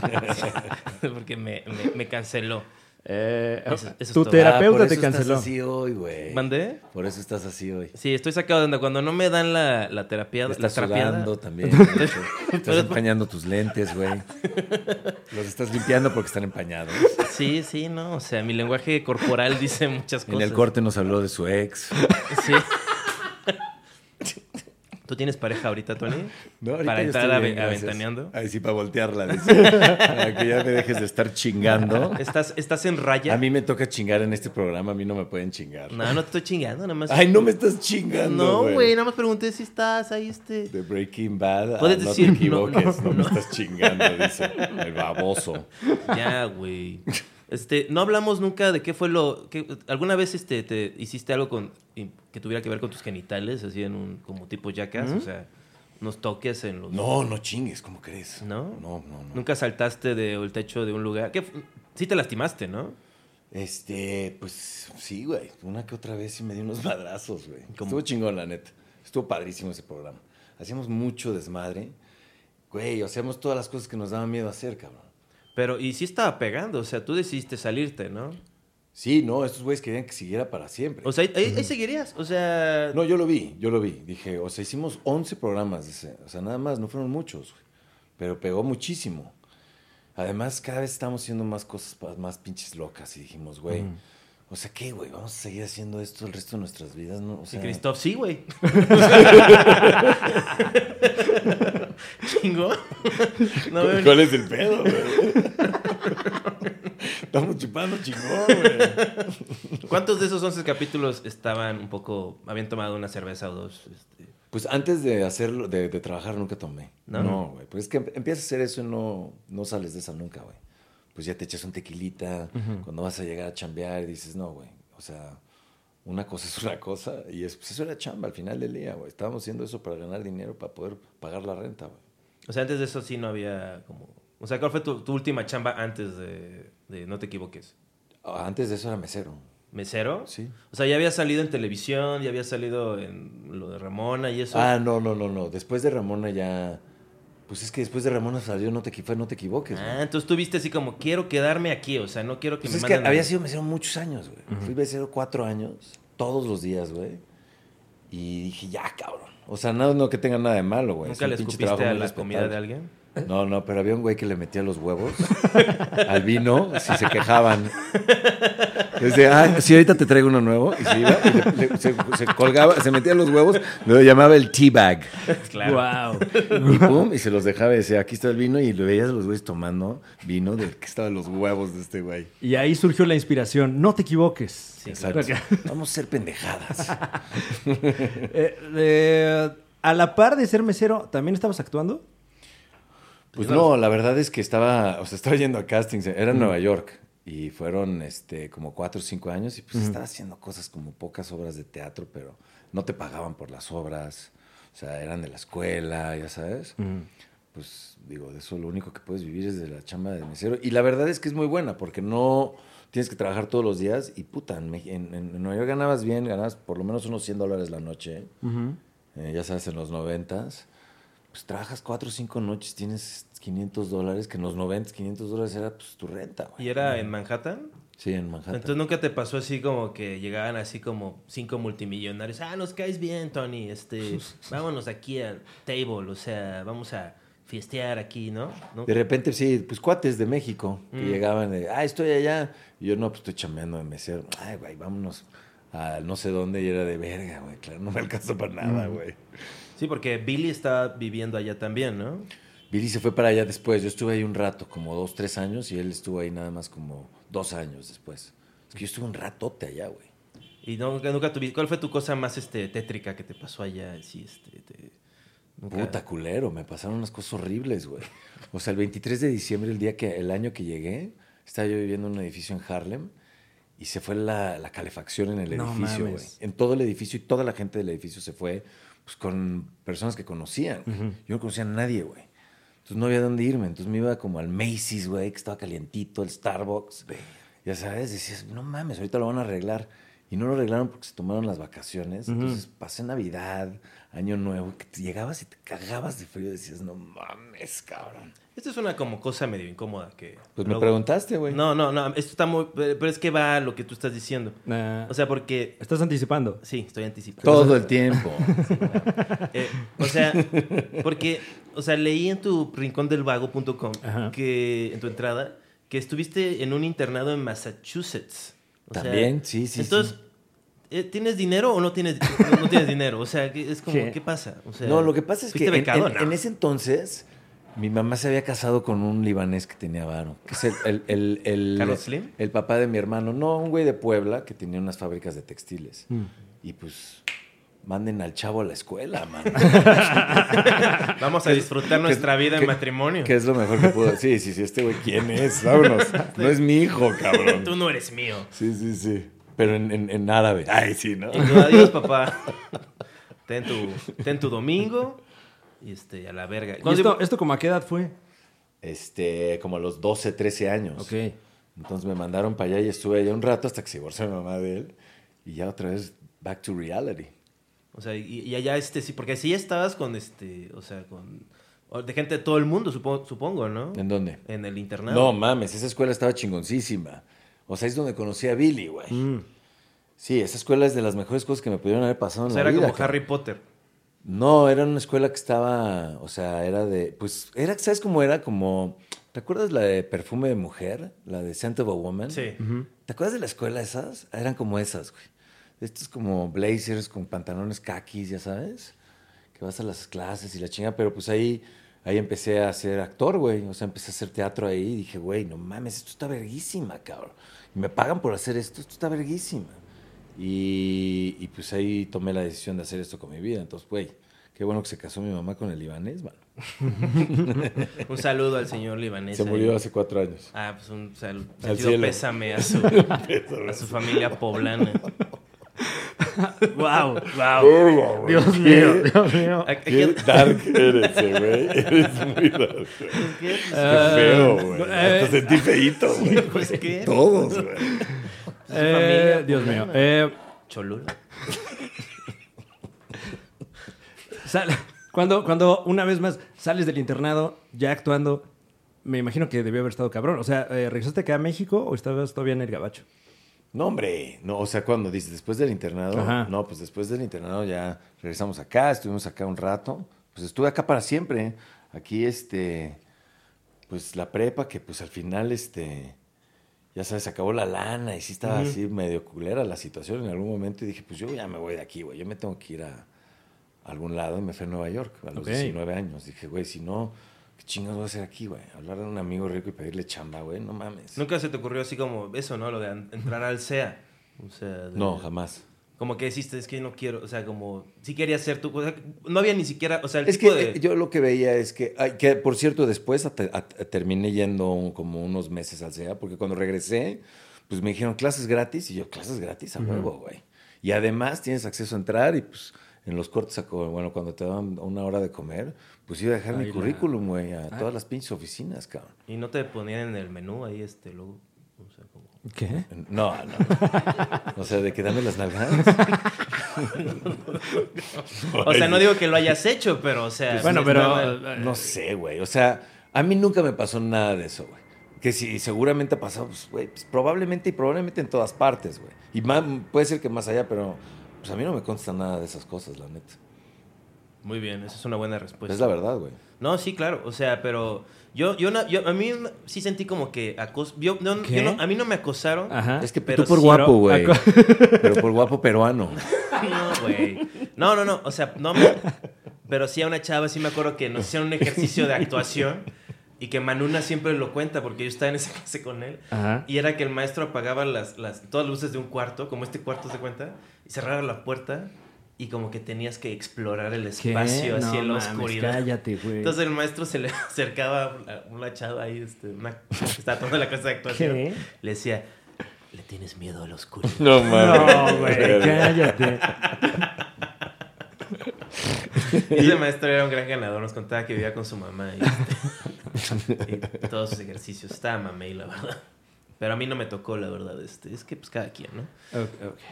porque me, me- me canceló. Eh, Eso- eso es Ah, tu todo. por terapeuta eso te canceló. estás así hoy, güey. ¿Mandé? Por eso estás así hoy. Sí, estoy sacado de onda. Cuando no me dan la, la terapia, la Estás trapeada- sudando también. de hecho. Estás Pero- empañando tus lentes, güey. Los estás limpiando porque están empañados. Sí, sí, no. O sea, mi lenguaje corporal dice muchas En cosas. el corte nos habló de su ex. Sí. ¿Tú tienes pareja ahorita, Tony? No, ahorita Para yo entrar estoy a, bien, a gracias. ventaneando. Ay, sí, para voltearla. dice. para que ya me dejes de estar chingando. ¿Estás, ¿Estás en raya? A mí me toca chingar en este programa. A mí no me pueden chingar. No, no te estoy chingando, nada más. Ay, no me estás chingando. No, güey, nada más pregunté si estás ahí, este. De Breaking Bad. a Puedes no decir, te no, equivoques. no, No, no. me estás chingando, dice el baboso. Ya, güey. Este, no hablamos nunca de qué fue lo. qué- ¿Alguna vez este, te hiciste algo con, que tuviera que ver con tus genitales, así en un como tipo jackass? O sea, unos toques en los. No, no chingues, ¿cómo crees? ¿No? No, no, no. Nunca saltaste del techo de un lugar. ¿Qué fu- sí te lastimaste, ¿no? Este, pues sí, güey. Una que otra vez sí me di unos madrazos, güey. ¿Cómo? Estuvo chingón, la neta. Estuvo padrísimo ese programa. Hacíamos mucho desmadre. Güey, hacíamos todas las cosas que nos daban miedo hacer, cabrón. Pero, y sí estaba pegando, o sea, tú decidiste salirte, ¿no? Sí, no, estos güeyes querían que siguiera para siempre. O sea, ahí, ahí- ahí seguirías, o sea... no, yo lo vi, yo lo vi. Dije, o sea, hicimos 11 programas. de ese- O sea, nada más, no fueron muchos, güey. Pero pegó muchísimo. Además, cada vez estamos haciendo más cosas pa- más pinches locas. Y dijimos, güey, o sea, ¿qué, güey? ¿Vamos a seguir haciendo esto el resto de nuestras vidas? No, o Sí, sea, Christoph, sí, güey. Chingo. No veo ¿Cuál es el pedo, güey? Estamos chupando chingón, güey. ni- ¿Cuántos de esos 11 capítulos estaban un poco... Habían tomado una cerveza o dos? este? Pues antes de hacerlo, de, de trabajar nunca tomé. ¿No? No, güey. Pues es que em- empiezas a hacer eso y no, no sales de esa nunca, güey. Pues ya te echas un tequilita, cuando vas a llegar a chambear y dices, no, güey. O sea, una cosa es una cosa y es, pues eso era chamba al final del día, güey. Estábamos haciendo eso para ganar dinero, para poder pagar la renta, güey. O sea, antes de eso sí no había como... O sea, ¿cuál fue tu, tu última chamba antes de, de No te equivoques? Antes de eso era mesero. ¿Mesero? Sí. O sea, ya había salido en televisión, ya había salido en lo de Ramona y eso. Ah, no, no, no, no. Después de Ramona ya... Pues es que después de Ramona salió No te, equi- fue no te equivoques, güey. Ah, entonces tú viste así como, quiero quedarme aquí, o sea, no quiero que Pues me es que manden a- había sido mesero muchos años, güey. Fui mesero cuatro años, todos los días, güey. Y dije, ya, cabrón. O sea, no, no que tenga nada de malo, güey. Es ¿Nunca pues, un le pinche escupiste trabajo a muy la comida de respetable. alguien? No, no, pero había un güey que le metía los huevos al vino si se quejaban. Y Decía, ah, sí, ahorita te traigo uno nuevo. Y se iba, y le- le- se, se colgaba, se metía los huevos, lo llamaba el teabag. Wow. Y pum, y se los dejaba y decía, aquí está el vino. Y lo veías a los güeyes tomando vino del que estaban los huevos de este güey. Y ahí surgió la inspiración. No te equivoques. Exacto. claro. Vamos a ser pendejadas. Eh, eh, a la par de ser mesero, ¿también estabas actuando? Pues no, la verdad es que estaba, o sea, estaba yendo a castings, era en Nueva York y fueron este como cuatro o cinco años y pues estaba haciendo cosas como pocas obras de teatro, pero no te pagaban por las obras, o sea, eran de la escuela, ya sabes. Mm. Pues digo, de eso lo único que puedes vivir es de la chamba de mesero y la verdad es que es muy buena porque no tienes que trabajar todos los días y puta, en, Mex- en- en Nueva York ganabas bien, ganabas por lo menos unos 100 dólares la noche, eh, ya sabes, en los noventas pues trabajas cuatro o cinco noches, tienes 500 dólares, que en los 90, 500 dólares era pues tu renta, güey. ¿Y era en Manhattan? Sí, en Manhattan. Entonces nunca te pasó así como que llegaban así como cinco multimillonarios. Ah, nos caes bien, Tony. Este, vámonos aquí al table. O sea, vamos a fiestear aquí, ¿no? ¿No? De repente, sí, pues cuates de México que llegaban, de, ah, estoy allá. Y yo, no, pues estoy chambeando de mesero. Ay, güey, vámonos a no sé dónde. Y era de verga, güey, claro, no me alcanzó para nada, güey. Sí, porque Billy está viviendo allá también, ¿no? Billy se fue para allá después. Yo estuve ahí un rato, como dos, tres años, y él estuvo ahí nada más como dos años después. Es que yo estuve un ratote allá, güey. Y nunca, nunca tuviste. ¿Cuál fue tu cosa más este, tétrica que te pasó allá? Así, este, te- nunca- Puta culero, me pasaron unas cosas horribles, güey. O sea, el 23 de diciembre, el día que, el año que llegué, estaba yo viviendo en un edificio en Harlem y se fue la, la calefacción en el No edificio, güey. mames. En todo el edificio y toda la gente del edificio se fue pues, con personas que conocían. güey. Yo no conocía a nadie, güey. Entonces no había dónde irme. Entonces me iba como al Macy's, güey, que estaba calientito, el Starbucks. Ya sabes, decías, no mames, ahorita lo van a arreglar. Y no lo arreglaron porque se tomaron las vacaciones. Entonces pasé Navidad, Año Nuevo, que te llegabas y te cagabas de frío. Decías, no mames, cabrón. Esta es una como cosa medio incómoda que. Pues me luego- preguntaste, güey. No, no, no. Esto está muy. Pero es que va a lo que tú estás diciendo. Ah, O sea, porque. estás anticipando. Sí, estoy anticipando. Todo el tiempo. Eh, o sea, porque, o sea, leí en tu rincondelvago.com Ajá. que en tu entrada que estuviste en un internado en Massachusetts. O sea, También, sí, sí, Entonces, sí. eh, ¿tienes dinero o no tienes no, no tienes dinero? O sea, que es como ¿Qué? ¿qué, pasa? O sea, no, lo que pasa es que ¿fuiste en, becado? en- este- No. en ese entonces mi mamá se había casado con un libanés que tenía varo. Que es el, el- el- el- ¿Carlos Slim? el papá de mi hermano. No, un güey de Puebla que tenía unas fábricas de textiles. Y pues manden al chavo a la escuela, man. vamos a disfrutar nuestra vida en que- matrimonio. que es lo mejor que pudo. Sí, sí, sí, este güey, ¿quién es? Vámonos. No es mi hijo, cabrón. Tú no eres mío. Sí, sí, sí. Pero en, en- en árabe. Ay, sí, ¿no? Y tú, adiós, papá. Ten tu, ten tu domingo y este a la verga. ¿Y esto, esto como a qué edad fue? Este, como a los 12, 13 años. Ok. Entonces me mandaron para allá y estuve allá un rato hasta que se divorció mi mamá de él. Y ya otra vez, back to reality. O sea, y, y allá este sí, porque sí estabas con este, o sea, con o de gente de todo el mundo, supo- supongo, ¿no? ¿En dónde? En el internado. No mames, esa escuela estaba chingoncísima. O sea, es donde conocí a Billy, güey. Mm. Sí, esa escuela es de las mejores cosas que me pudieron haber pasado o en sea, la era vida. como cabrón. Harry Potter. No, era una escuela que estaba, o sea, era de, pues, era, ¿sabes cómo era? Como, ¿te acuerdas la de Perfume de Mujer? La de Scent of a Woman. Sí. ¿Te acuerdas de la escuela esas? Eran como esas, güey. Estos como blazers con pantalones caquis, ya sabes. Que vas a las clases y la chinga, pero pues ahí, ahí empecé a ser actor, güey. O sea, empecé a hacer teatro ahí y dije, güey, no mames, esto está verguísima, cabrón. Y me pagan por hacer esto, esto está verguísima. Y, y, pues ahí tomé la decisión de hacer esto con mi vida. Entonces, güey, qué bueno que se casó mi mamá con el libanés, mano. Un saludo al señor libanés. Se ahí. murió hace cuatro años. Ah, pues un saludo. Al Sentido cielo. pésame a su, a su familia poblana. ¡Wow! ¡Wow! Dios mío, Oh, Dios mío. Aquí- Qué dark eres, eh, güey. Eres muy dark. ¿Qué? Qué Ah, feo, güey. Hasta sentí feíto, güey. eh, Pues, ¿qué? Todos, güey. Eh, familia, Dios mío. Eh, Cholula. sal- cuando, cuando una vez más sales del internado, ya actuando, me imagino que debió haber estado cabrón. O sea, eh, ¿regresaste acá a México o estabas todavía en el gabacho? No, hombre. No, o sea, cuando dices después del internado. Ajá. No, pues después del internado ya regresamos acá, estuvimos acá un rato. Pues estuve acá para siempre. Aquí, este, pues la prepa, que pues al final, este, ya sabes, se acabó la lana y sí estaba así medio culera la situación en algún momento y dije, pues yo ya me voy de aquí, güey, yo me tengo que ir a, a algún lado y me fui a Nueva York a los Ok. 19 años. Dije, güey, si no, ¿qué chingados voy a hacer aquí, güey? Hablar a un amigo rico y pedirle chamba, güey, no mames. Nunca se te ocurrió así como eso, ¿no? Lo de an- entrar al SEA. O sea, de- No, jamás. Como que deciste, es que no quiero, o sea, como, sí quería ser tú, o sea, no había ni siquiera, o sea, el Es que tipo de... eh, yo lo que veía es que, ay, que por cierto, después ate- a- a- terminé yendo un- como unos meses al CEA, porque cuando regresé, pues me dijeron clases gratis, y yo, clases gratis a huevo, güey. Y además tienes acceso a entrar, y pues en los cortes, a co- bueno, cuando te daban una hora de comer, pues iba a dejar Ahí mi la- currículum, güey, a Ah. todas las pinches oficinas, cabrón. Y no te ponían en el menú ahí este logo. O sea, como... ¿Qué? No, no. O sea, de que dame las nalgadas. o sea, no digo que lo hayas hecho, pero, o sea... bueno, es normal. pero. eh, No sé, güey. O sea, a mí nunca me pasó nada de eso, güey. Que si seguramente ha pasado, pues, güey, pues, probablemente y probablemente en todas partes, güey. Y más, puede ser que más allá, pero pues a mí no me consta nada de esas cosas, la neta. Muy bien, esa es una buena respuesta. es la verdad, güey. No, sí, claro. O sea, pero yo, yo, no- yo a mí sí sentí como que acos, yo, no, ¿Qué? yo no- a mí no me acosaron. Ajá. Es que Ah, pero tú por sí- guapo, güey. pero- Pero por guapo peruano. No, güey. No, no, no. O sea, no me- Pero sí a una chava, sí me acuerdo que nos hicieron un ejercicio de actuación y que Manuna siempre lo cuenta porque yo estaba en esa clase con él. Ajá. Y era que el maestro apagaba las, las, todas las luces de un cuarto, como este cuarto se cuenta, y cerrara la puerta y como que tenías que explorar el ¿Qué? espacio así No en la mames, oscuridad. Cállate, güey. Entonces el maestro se le acercaba a una chava ahí, este, una, que estaba tomando la clase de actuación. ¿Qué? Le decía, le tienes miedo a la oscuridad. No mames. No, güey, cállate. Y ese maestro era un gran ganador, nos contaba que vivía con su mamá y, este, y todos sus ejercicios. Estaba mamey, la verdad. Pero a mí no me tocó, la verdad. Este, es que pues cada quien, ¿no?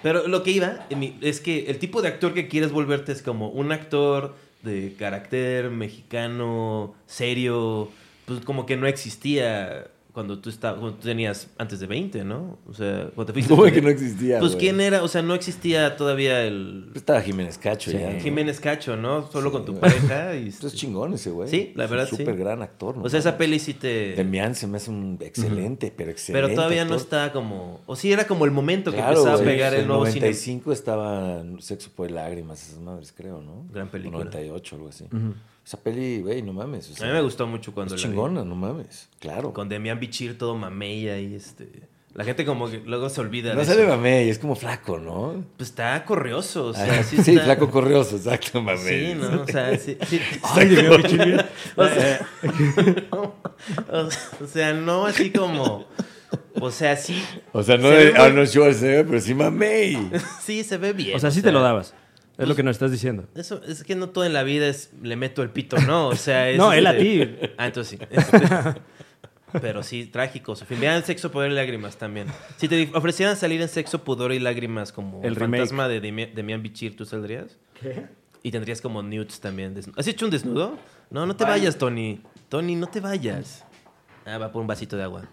Pero lo que iba en mi- es que el tipo de actor que quieres volverte es como un actor de carácter mexicano, serio, pues como que no existía cuando tú estabas, cuando tú tenías antes de 20, ¿no? O sea, cuando te fuiste. ¿Cómo que no existía, Pues güey? quién era, o sea, no existía todavía el Pues estaba Jiménez Cacho Sí. ya. ¿no? Jiménez Cacho, ¿no? Solo con tu güey. pareja y Esto es chingón ese, güey. Sí, la Es un verdad, sí. Súper gran actor, ¿no? O sea, esa peli sí te Demian se me hace un excelente, pero excelente. pero todavía no actor. estaba como o sí era como el momento que Claro, empezaba güey. a pegar el nuevo En cine. 95 estaba Sexo por Lágrimas, esas madres, creo, ¿no? Gran película. O 98, algo así. Esa peli, güey, no mames. o A sea, mí me gustó mucho cuando Es la vi. chingona, no mames. Claro. con Demian Bichir todo mamella y este la gente como que luego se olvida No de se eso. le mamey, es como flaco, ¿no? Pues está corrioso, o sea, Ah, sí, sí, está- flaco corrioso, exacto, mamey. Sí, no, o sea, sí, sí. Ay, Dios, qué chingón. O sea, o sea, no así como o sea, sí O sea, no Se ve de muy- "Ah, Arnold Schwarzenegger, pero sí mamey. sí se ve bien. O sea, sí te lo dabas. Es lo pues, que nos estás diciendo. Eso es que no todo en la vida es le meto el pito, no, o sea, es No, él a este- ti. Ah, entonces sí. Este, Pero sí, trágico. Su fin. Vean Sexo, Pudor y Lágrimas también. Si te ofrecieran salir en Sexo, Pudor y Lágrimas como El fantasma de Demi- Demian Bichir, ¿tú saldrías? ¿Qué? Y tendrías como nudes también. desnu- ¿Has hecho un desnudo? No, no te vayas, Tony. Tony, no te vayas. Ah, va por un vasito de agua.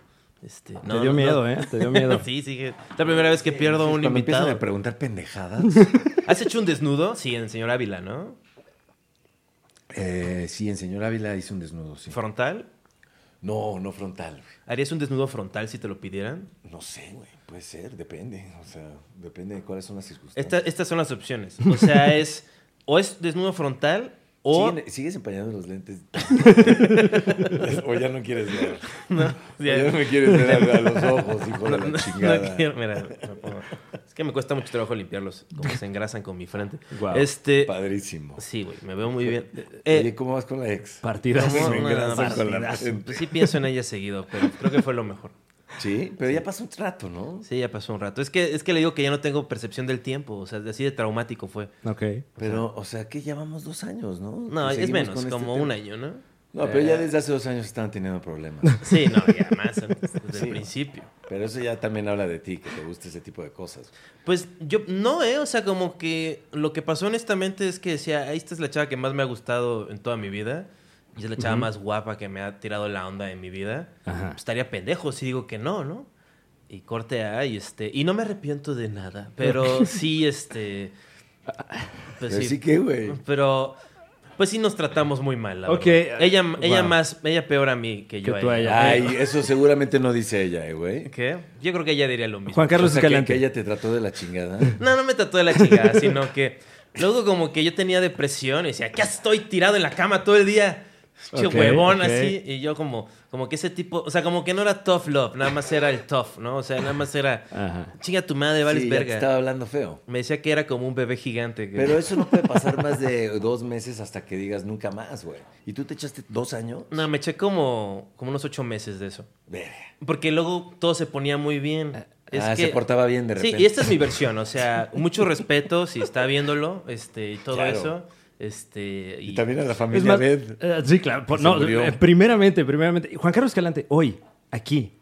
Este, no, Te dio no, miedo, no. ¿eh? Te dio miedo. Sí, sí. que- Es la primera vez que pierdo a un Cuando empiezan invitado. a preguntar pendejadas. ¿Has hecho un desnudo? Sí, en señor Ávila, ¿no? eh, sí, en señor Ávila hice un desnudo, sí. Frontal. No, no frontal, güey. ¿Harías un desnudo frontal si te lo pidieran? No sé, güey. Puede ser, depende. O sea, depende de cuáles son las circunstancias. Esta- estas son las opciones. O sea, es o es desnudo frontal o ¿Siguen- ¿Sigues empañando los lentes? o ya no quieres ver. Ya- Ya no me quieres ver a, a los ojos, hijo no, no, de la no chingada. quiero- mira, me pongo- es que me cuesta mucho trabajo limpiarlos, como se engrasan con mi frente. Guau. Este, Padrísimo. sí, güey, me veo muy bien. Eh, Oye, ¿cómo vas con la ex? Partidas. ¿cómo? me No, engrasan no, no, con la partidazo. frente. Sí pienso en ella seguido, pero creo que fue lo mejor. Sí, pero ya pasó un trato, ¿no? Sí, ya pasó un rato. Es que es que le digo que ya no tengo percepción del tiempo, o sea, así de traumático fue. Ok. Pero, o sea, que llevamos dos años, ¿no? No, Y es seguimos menos, con este como Eh. tema. un año, ¿no? No, pero ya desde hace dos años estaban teniendo problemas. Sí, no, ya más antes, desde Sí. el principio. Pero eso ya también habla de ti, que te gusta ese tipo de cosas. Pues yo no, ¿eh? O sea, como que lo que pasó honestamente es que decía, "Ah, esta es la chava que más me ha gustado en toda mi vida. Y es la chava más guapa que me ha tirado la onda en mi vida. Ajá. Pues, estaría pendejo si digo que no, ¿no? Y corte A y este... Y no me arrepiento de nada. Pero sí, este... Pues Pero sí que, güey. Pero... Pues sí nos tratamos muy mal, la Ok, verdad. eh, Ella, ella wow. más, ella peor a mí que yo Que a tú a ella. ¿eh? ella. Ay, eso seguramente no dice ella, eh, güey. ¿Qué? Yo creo que ella diría lo mismo. Juan Carlos O sea, que- Escalante. que ella te trató de la chingada. No, no me trató de la chingada, sino que luego como que yo tenía depresión y decía, ¿qué estoy tirado en la cama todo el día? Che Ok, huevón ok. así. Y yo como, como que ese tipo, o sea, como que no era tough love, nada más era el tough, ¿no? O sea, nada más era, Ajá. chinga tu madre, vales Sí, ya te verga. estaba hablando feo. Me decía que era como un bebé gigante. que- Pero eso no puede pasar más de dos meses hasta que digas nunca más, güey. ¿Y tú te echaste dos años? No, me eché como, como unos ocho meses de eso. Verga. Porque luego todo se ponía muy bien. Es Ah, que- se portaba bien de repente. Sí, y esta es mi versión, o sea, mucho respeto si está viéndolo, este, y todo Claro. eso. Este, y, Y también a la Es familia más, Bed. eh, sí, claro. por- Se no, murió. eh, primeramente, primeramente. Juan Carlos Escalante, hoy, aquí,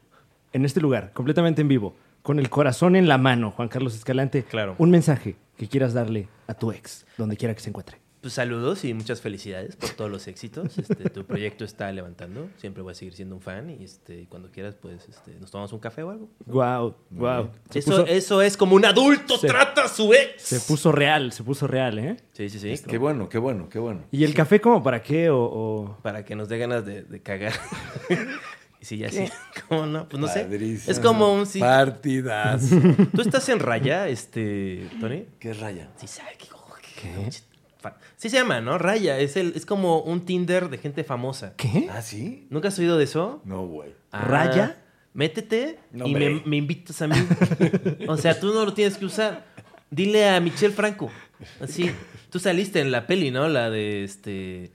en este lugar, completamente en vivo, con el corazón en la mano, Juan Carlos Escalante. Claro. Un mensaje que quieras darle a tu ex, donde quiera que se encuentre. Pues saludos y muchas felicidades por todos los éxitos. Este, tu proyecto está levantando. Siempre voy a seguir siendo un fan y este, cuando quieras, pues este, nos tomamos un café o algo. Wow, wow. Se, Eso, puso, eso es como un adulto Se- trata a su ex. se puso real, se puso real, ¿eh? Sí, sí, sí. Qué bueno, qué bueno, qué bueno. ¿Y el café como para qué? O, o- Para que nos dé ganas de, de cagar. y si ya sí. ¿Cómo no? Pues no sé. Padrísimo. Es como un sí. Partidas. Tú estás en raya, este, Tony. ¿Qué raya? Sí sabe que- que- fa- Sí se llama, ¿no? Raya. Es, el, es como un Tinder de gente famosa. ¿Qué? ¿Ah, sí? ¿Nunca has oído de eso? No, güey. Ah, ¿Raya? Métete No, y me, hombre. me invitas a mí. o sea, tú no lo tienes que usar. Dile a Michelle Franco. Así. Tú saliste en la peli, ¿no? La de este.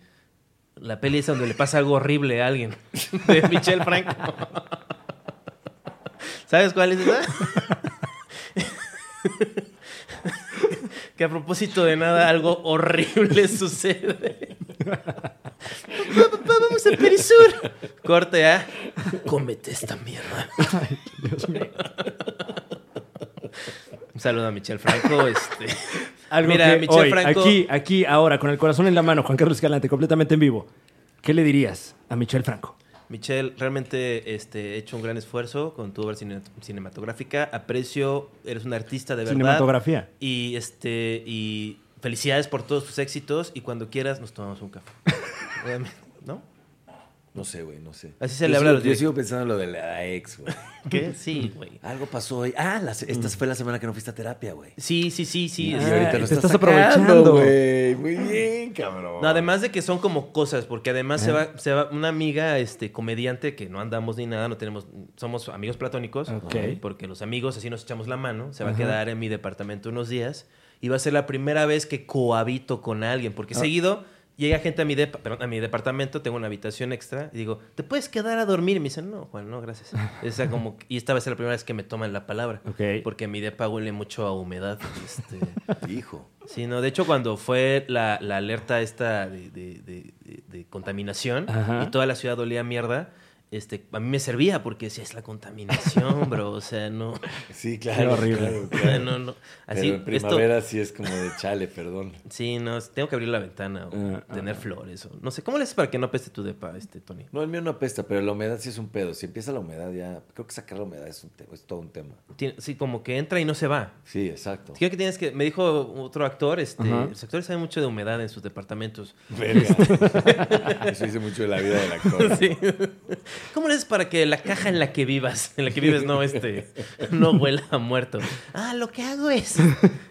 La peli esa donde le pasa algo horrible a alguien. De Michelle Franco. ¿Sabes cuál es esa? que a propósito de nada algo horrible sucede. Papá, papá, vamos a Perisur. Corte, ¿ah? Cómete esta mierda. Un saludo a Michelle Franco. Este. Algo Mira, que Michelle hoy, Franco. aquí, aquí, ahora, con el corazón en la mano, Juan Carlos Escalante, completamente en vivo. ¿Qué le dirías a Michelle Franco? Michelle, realmente este, he hecho un gran esfuerzo con tu obra cine- cinematográfica. Aprecio, eres un artista de verdad. Cinematografía. Y este y felicidades por todos tus éxitos y cuando quieras nos tomamos un café. Obviamente, ¿No? No sé, güey, no sé. Así se Yo le habla a sigo- los Yo güeyes. sigo pensando en lo de la ex, güey. ¿Qué? Sí, güey. Algo pasó hoy. Ah, la se- esta fue la semana que no fuiste a terapia, güey. Sí, sí, sí, Mm. sí. ah, Y es- ahorita te lo estás, estás aprovechando. güey. Muy bien, cabrón. No, además de que son como cosas, porque además se, va, se va una amiga este, comediante que no andamos ni nada, no tenemos, somos amigos platónicos, Ok. porque los amigos así nos echamos la mano, se va Ajá. a quedar en mi departamento unos días y va a ser la primera vez que cohabito con alguien, porque Ah. seguido llega gente a mi, depa- perdón, a mi departamento, tengo una habitación extra y digo, ¿te puedes quedar a dormir? Y me dicen, no, Juan, no, gracias. O sea, como, y esta va a ser la primera vez que me toman la palabra, Ok. porque mi depa huele mucho a humedad. Este, Hijo. Sí, no, de hecho cuando fue la, la alerta esta de, de- de- de- de contaminación Ajá. y toda la ciudad olía a mierda, este, a mí me servía porque decía, es la contaminación, bro, o sea, no, Sí, Qué claro. horrible. claro, claro. no, no, así, Pero en primavera sí es como de chale, perdón. esto, sí, no, tengo que abrir la ventana o Ah, ah. tener flores o, no sé, ¿cómo le haces para que no peste tu depa, este, Tony? No, el mío no apesta, pero la humedad sí es un pedo. Si empieza la humedad ya... Creo que sacar la humedad es, un te- es todo un tema. Tien- sí, como que entra y no se va. Sí, exacto. Creo que tienes que, me dijo otro actor, este, Ajá. los actores saben mucho de humedad en sus departamentos. Verga. Eso dice mucho de la vida del actor. Sí. ¿Cómo le haces para que la caja en la que vivas, en la que vives, no este, no huela a muerto? Ah, lo que hago es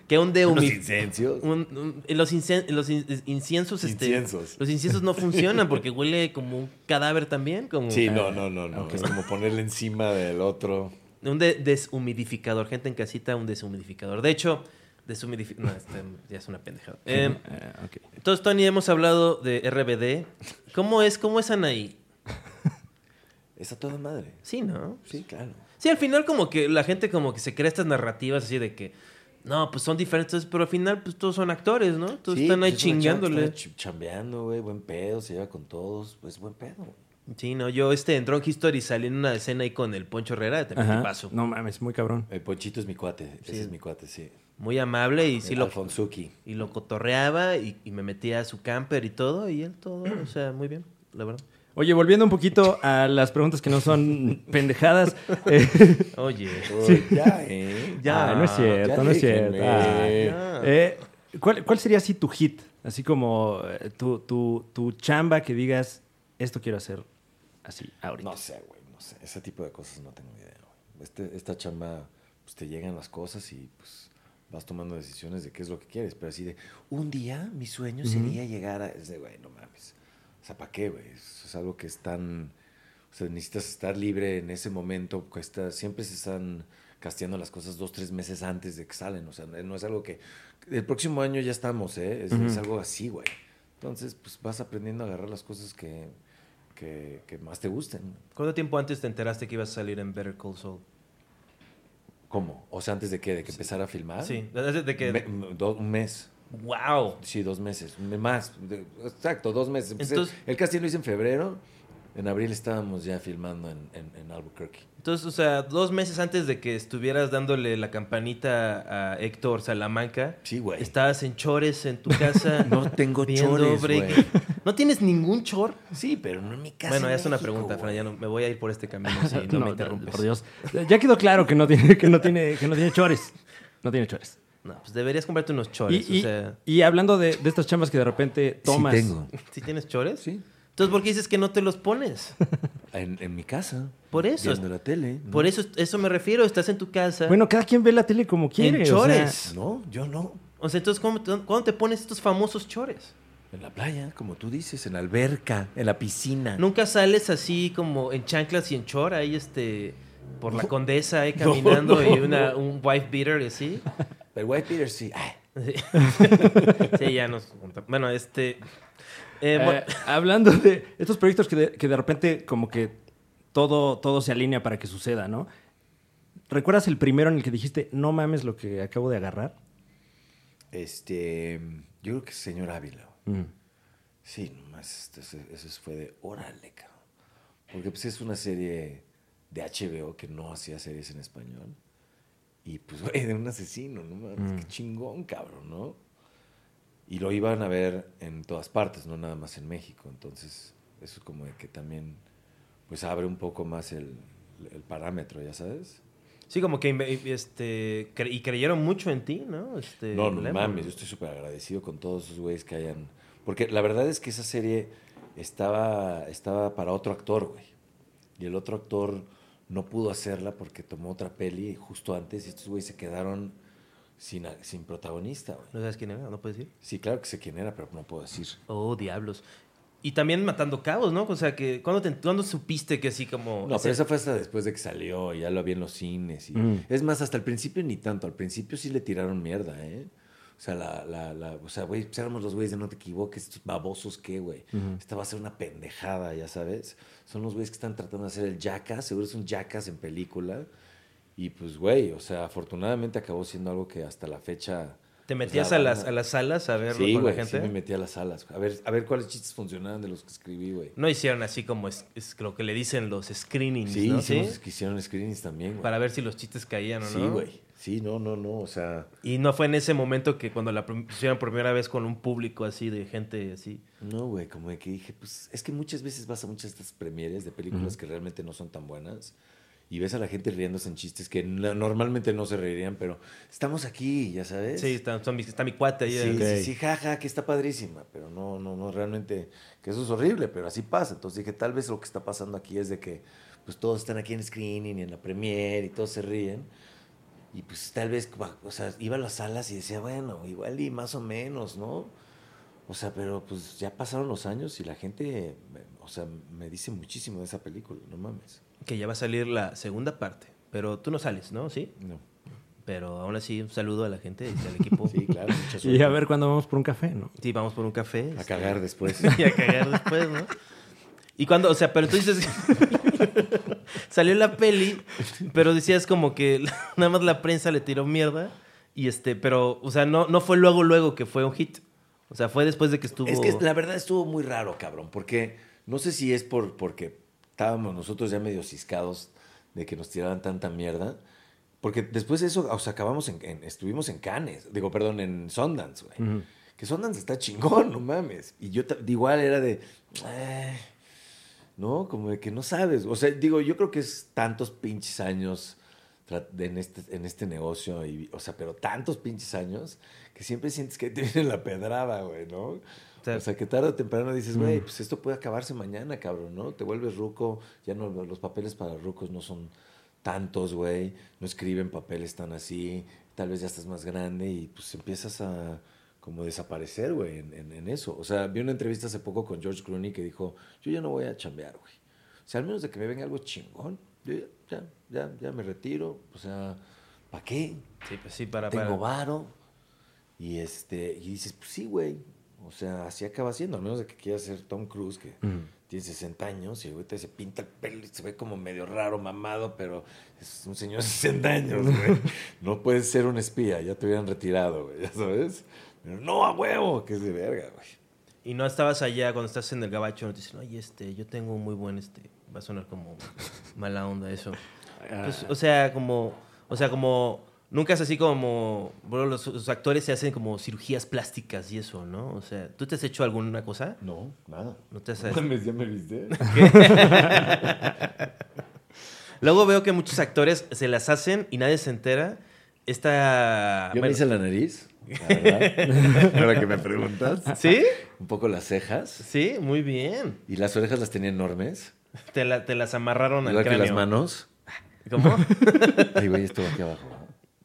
que un Unos dehumi- incendios. un- un- los, incen- los in- inciensos, este, Inciensos. los inciensos no funcionan porque huele como un cadáver también, como Sí, no, no, no, no. Es como ponerle encima del otro. un de- deshumidificador, gente en casita, un deshumidificador. De hecho, deshumidificador, no, este, ya es una pendejada. Eh, Eh, ok. entonces, Tony, hemos hablado de RBD. ¿Cómo es, cómo es Anaí? Es a toda madre. Sí, ¿no? Sí, claro. Sí, al final como que la gente como que se crea estas narrativas así de que, no, pues son diferentes, pero al final pues todos son actores, ¿no? Todos Sí, están ahí pues es una chava que chingándole. está ch- chambeando, güey. Buen pedo. Se lleva con todos. Pues buen pedo. güey. Sí, no, yo este en Drunk History salí en una escena ahí con el Poncho Herrera, también Ajá. te paso. No mames, muy cabrón. El Ponchito es mi cuate. Ese es mi cuate, sí. Muy amable y sí el lo, Alfonsuki. y lo cotorreaba y, y me metía a su camper y todo, y él todo, o sea, muy bien, la verdad. Oye, volviendo un poquito a las preguntas que no son pendejadas. eh, Oye, Uy, Ya, ¿eh? ya. ay, no es cierto, ya no es déjenme. cierto. ay. Eh, ¿Cuál, cuál sería así tu hit? Así como eh, tu, tu, tu chamba que digas, esto quiero hacer así ahorita. No sé, güey, no sé. Ese tipo de cosas no tengo idea, güey. Este- esta chamba, pues te llegan las cosas y pues vas tomando decisiones de qué es lo que quieres. Pero así de, un día mi sueño pues, sería llegar a... Es de, güey, no mames. O sea, ¿para qué, güey? Eso es algo que es tan... O sea, necesitas estar libre en ese momento. Cuesta, siempre se están casteando las cosas dos, tres meses antes de que salen. O sea, no es algo que... El próximo año ya estamos, ¿eh? Es, es algo así, güey. Entonces, pues vas aprendiendo a agarrar las cosas que, que, que más te gusten. ¿Cuánto tiempo antes te enteraste que ibas a salir en Better Call Saul? ¿Cómo? O sea, antes de qué, de que empezara a filmar. Sí, desde de que... Me- m- do- un mes. ¡Wow! Sí, dos meses. un mes Más. De- exacto, dos meses. Empecé- Entonces- el casting lo hice en febrero. En abril estábamos ya filmando en, en- en Albuquerque. Entonces, o sea, dos meses antes de que estuvieras dándole la campanita a Héctor Salamanca, Sí, güey. estabas en chores en tu casa. No tengo viendo chores, Breaking- güey. ¿No tienes ningún chor? Sí, pero no en mi casa. Bueno, en ya es una México, pregunta, güey. Fran, ya no, me voy a ir por este camino si no, me interrumpes. Eh, Por Dios. Ya quedó claro que no tiene, que no tiene, que no tiene chores. No tiene chores. No, pues deberías comprarte unos Y, chores, y- o sea... y hablando de, de estas chambas que de repente tomas. Sí, tengo. ¿Sí tienes chores? Sí. Entonces, ¿por qué dices que no te los pones? En, en mi casa. Por eso. Viendo la tele. ¿no? Por eso, eso me refiero, estás en tu casa. Bueno, cada quien ve la tele como quiere. en o sea, eh, chores. No, yo no. O sea, entonces, ¿cómo te- ¿cuándo te pones estos famosos chores? En la playa, como tú dices, en la alberca, en la piscina. Nunca sales así como en chanclas y en chor, ahí este, por la condesa, ahí caminando y una, un wife beater y así. Pero White Peter sí. Ay, Sí. Sí, ya nos contamos. Bueno, este. eh, eh, bueno, hablando de estos proyectos que de, que de repente como que todo, todo se alinea para que suceda, ¿no? ¿Recuerdas el primero en el que dijiste, no mames lo que acabo de agarrar? Este. Yo creo que es señor Ávila. Mm. Sí, nomás este, ese- eso fue de órale, cabrón. Porque pues es una serie de HBO que no hacía series en español. Y pues, güey, de un asesino, no mames, qué chingón, cabrón, ¿no? Y lo iban a ver en todas partes, no nada más en México. Entonces, eso como de que también, pues abre un poco más el, el parámetro, ¿ya sabes? sí, como que inve- este, cre- y creyeron mucho en ti, ¿no? Este, No, no Lemon. mames, yo estoy súper agradecido con todos esos güeyes que hayan. Porque la verdad es que esa serie estaba, estaba para otro actor, güey. Y el otro actor no pudo hacerla porque tomó otra peli justo antes y estos güeyes se quedaron sin, a- sin protagonista, güey. ¿No sabes quién era? ¿No puedes decir? Sí, claro que sé quién era, pero no puedo decir. Oh, diablos. Y también matando cabos, ¿no? O sea, que ¿cuándo, te, ¿cuándo supiste que así como... No, o sea, pero esa fue hasta después de que salió, ya lo había en los cines. y- Mm. Es más, hasta el principio ni tanto. Al principio sí le tiraron mierda, ¿eh? O sea, la, la, la- o sea, güey, pues éramos los güeyes de no te equivoques, estos babosos, ¿qué, güey? Esta va a ser una pendejada, ya sabes. Son los güeyes que están tratando de hacer el jackass, seguro es un jackass en película. Y pues, güey, o sea, afortunadamente acabó siendo algo que hasta la fecha. ¿Te pues, metías la a, las, banda- a las salas a verlo Sí, con güey, la sí gente? me metí a las salas. güey. A ver, a ver cuáles chistes funcionaban de los que escribí, güey. No hicieron así como es, es lo que le dicen los screenings, Sí, ¿no? hicimos, ¿Sí? que hicieron screenings también, güey. Para ver si los chistes caían o no. Sí, güey. Sí, no, no, no. O sea, Y no fue en ese momento que cuando la prim- pusieron por primera vez con un público así de gente así. no, güey. Como de que dije, pues es que muchas veces vas a muchas de estas premieres de películas que realmente no son tan buenas y ves a la gente riéndose en chistes que no- normalmente no se reirían, pero estamos aquí, ya sabes. Sí, está, son mis- está mi cuate ahí. Sí, eh. sí, sí, jaja, que está padrísima, pero no, no, no, realmente, que eso es horrible, pero así pasa. Entonces dije, tal vez lo que está pasando aquí es de que, pues todos están aquí en screening y en la premier y todos se ríen. Y pues tal vez, o sea, iba a las salas y decía, bueno, igual y más o menos, ¿no? O sea, pero pues ya pasaron los años y la gente, me- o sea, me dice muchísimo de esa película, no mames. Que ya va a salir la segunda parte. Pero tú no sales, ¿no? Sí. No. Pero aún así, un saludo a la gente y al equipo. Sí, sí. claro, mucha suerte. Y a ver cuándo vamos por un café, ¿no? vamos por un café. A este, cagar después. y a cagar después, ¿no? Y cuando, o sea, pero tú dices. salió la peli, pero decías como que nada más la prensa le tiró mierda. Y este, pero, o sea, no, no fue luego, luego que fue un hit. O sea, fue después de que estuvo. Es que la verdad estuvo muy raro, cabrón, porque no sé si es por, porque estábamos nosotros ya medio ciscados de que nos tiraran tanta mierda. Porque después de eso, o sea, acabamos en, en- estuvimos en Cannes, digo, perdón, en Sundance, güey. Mm. Que Sundance está chingón, no mames. Y yo ta- igual era de, "Eh", ¿no? Como de que no sabes. O sea, digo, yo creo que es tantos pinches años tra- en este, en este negocio, y, o sea, pero tantos pinches años que siempre sientes que te viene la pedrada, güey, ¿no? Sí. O sea, que tarde o temprano dices, güey, pues esto puede acabarse mañana, cabrón, ¿no? Te vuelves ruco, ya no, los papeles para rucos no son tantos, güey, no escriben papeles tan así, tal vez ya estás más grande y pues empiezas a como desaparecer, güey, en, en- en eso. O sea, vi una entrevista hace poco con George Clooney que dijo, yo ya no voy a chambear, güey. O sea, al menos de que me venga algo chingón, yo ya, ya, ya, ya me retiro, o sea, ¿para qué? Sí, pues sí, para. tengo para- varo. Y, este, y dices, pues sí, güey. O sea, así acaba siendo, a menos de que quieras ser Tom Cruise, que tiene 60 años y ahorita se pinta el pelo y se ve como medio raro, mamado, pero es un señor de 60 años, güey. no puedes ser un espía, ya te hubieran retirado, güey, ya sabes. Pero no a huevo, que es de verga, güey. Y no estabas allá cuando estás en el gabacho, no te dicen, oye, este, yo tengo un muy buen, este, va a sonar como mala onda eso. Ah, Pues, Ah. o sea, como, o sea, como, nunca es así como, bueno, los, los actores se hacen como cirugías plásticas y eso, ¿no? O sea, ¿tú te has hecho alguna cosa? No, nada. No te has Mames, ya me viste. Luego veo que muchos actores se las hacen y nadie se entera. Esta... Yo me bueno, hice la nariz, la verdad. Ahora que me preguntas. ¿Sí? Un poco las cejas. Sí, muy bien. Y las orejas las tenía enormes. Te, la- te las amarraron al Igual que cráneo. las manos. ¿Cómo? Ay, güey, esto va aquí abajo. ¿no?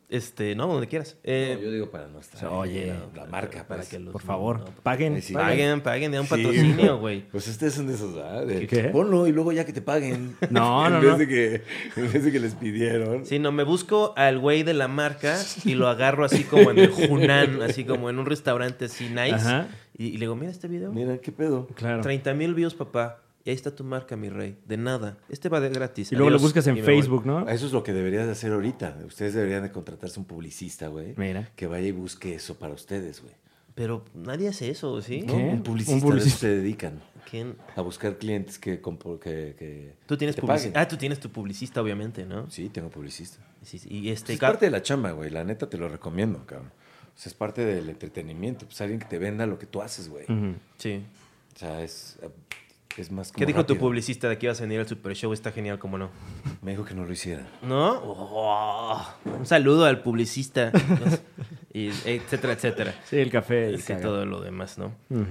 este, no, donde quieras. Eh, No, yo digo para no pues estar. Oye, la, la marca, para que los- Por favor, no, paguen. Ahí sí. Paguen, paguen, de un Sí, patrocinio, güey. Pues ustedes son de esos, ¿verdad? De, ¿Qué? Ponlo y luego ya que te paguen. No, no, en vez no. De que, en vez de que les pidieron. Sí, no, me busco al güey de la marca y lo agarro así como en el Hunan, así como en un restaurante así nice. Ajá. Y, y le digo, mira este video. Mira, ¿qué pedo? Claro. 30 mil views, papá. Y ahí está tu marca, mi rey. De nada. Este va de gratis. Y luego lo Adiós. buscas Y en me voy. Facebook, ¿no? Eso es lo que deberías de hacer ahorita. Ustedes deberían de contratarse un publicista, güey. Mira. Que vaya y busque eso para ustedes, güey. Pero nadie hace eso, ¿sí? ¿Qué? Un publicista. Un Un publicista. se dedican ¿Quién? a buscar clientes que... compo- que, que Tú tienes te publicista. paguen. Ah, tú tienes tu publicista, obviamente, ¿no? Sí, tengo publicista. Sí, sí. Y este. es parte de la chamba, güey. La neta te lo recomiendo, cabrón. O sea, es parte del entretenimiento. Pues alguien que te venda lo que tú haces, güey. Ujú. Sí. O sea, es, es más como ¿Qué dijo tu rápido. publicista de que ibas a venir al Super Show? Está genial, ¿cómo no? Me dijo que no lo hiciera. ¿No? Oh, un saludo al publicista, y etcétera, etcétera. Sí, el café. Y el caga. todo lo demás, ¿no? Ujú.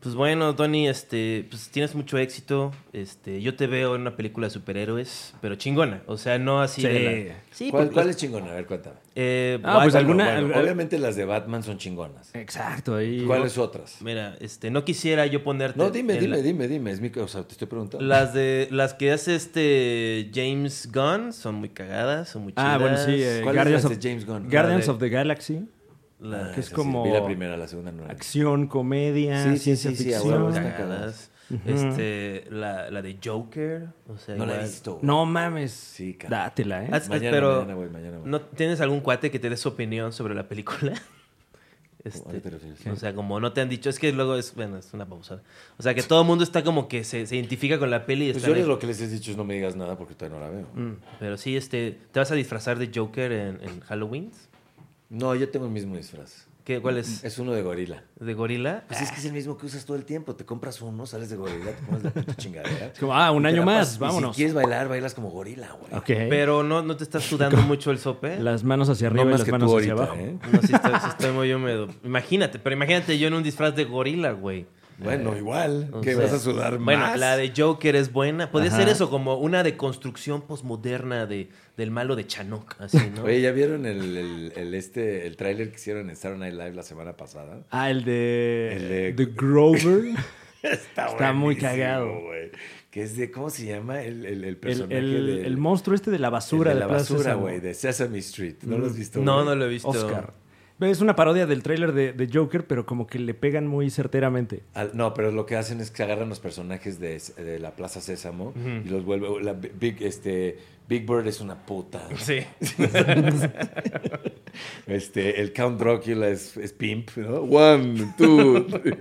Pues bueno, Tony, este, pues tienes mucho éxito. Este, yo te veo en una película de superhéroes, pero chingona. O sea, no así Sí. de la- Sí, ¿Cuál, porque- cuál es chingona? A ver, cuéntame. Eh, Ah, pues Bueno, alguna- bueno, alguna- obviamente las de Batman son chingonas. Exacto, ahí. ¿Cuáles otras? Mira, este, no quisiera yo ponerte... No, dime, en dime, la- dime, dime. Es mi, o sea, te estoy preguntando. Las de las que hace este James Gunn son muy cagadas, son muy chidas. Ah, bueno, sí. eh, ¿Cuál es Guardians, la de of, James Gunn? Guardians La de- of the Galaxy. La- que es Esa sí, como- Vi la primera, la segunda no. la vi. Acción, comedia, Sí, sí, ciencia sí, sí, a ficción. huevo, está cagadas. Este, la, la de Joker. O sea, No la he igual- visto. güey. no mames. Sí, cabrón. Dátela, ¿eh? Haz- haz- Mañana, pero, mañana voy, mañana voy. ¿no tienes algún cuate que te dé su opinión sobre la película? Este, ¿A qué te refieres? o sea, como no te han dicho, es que luego es, bueno, es una pausa. O sea, que todo el mundo está como que se, se identifica con la peli. y Mm. Pues están yo ahí. les- lo que les he dicho es no me digas nada porque todavía no la veo. Pero sí, este, ¿te vas a disfrazar de Joker en, en Halloween? No, yo tengo el mismo disfraz. ¿Qué, ¿Cuál es? Es uno de gorila. ¿De gorila? Pues es que es el mismo que usas todo el tiempo. Te compras uno, sales de gorila, te pones la puta chingadera. Es como, ah, Y un te año la más, pasas. Y vámonos. si quieres bailar, bailas como gorila, güey. Ok. Pero no, no te estás sudando mucho el sope. Las manos hacia arriba No y más las que tú manos hacia ahorita, abajo. ¿eh? No, sí estoy, sí estoy muy húmedo. Imagínate, pero imagínate yo en un disfraz de gorila, güey. Bueno, igual, O que sea, vas a sudar Bueno, más. la de Joker es buena. Podría Ajá. ser eso, como una deconstrucción posmoderna de, del malo de Chanok, así, ¿no? Oye, ¿ya vieron el, el, el este, el tráiler que hicieron en Saturday Night Live la semana pasada? Ah, el de. El de- The Grover. Está, Está muy buenísimo, cagado. güey. Que es de, ¿cómo se llama? El, el, el el, personaje el, del- el monstruo este de la basura. el de la Plaza basura, Sésamo. Mm, güey, de Sesame Street. ¿No lo has visto? no, güey? no lo he visto. Oscar. Es una parodia del tráiler de, de Joker, pero como que le pegan muy certeramente. Al- no, pero lo que hacen es que agarran los personajes de, de la Plaza Sésamo y los vuelve. La, Big, este, Big Bird es una puta. Sí. Este, el Count Dracula es, es pimp, ¿no? One, two, three.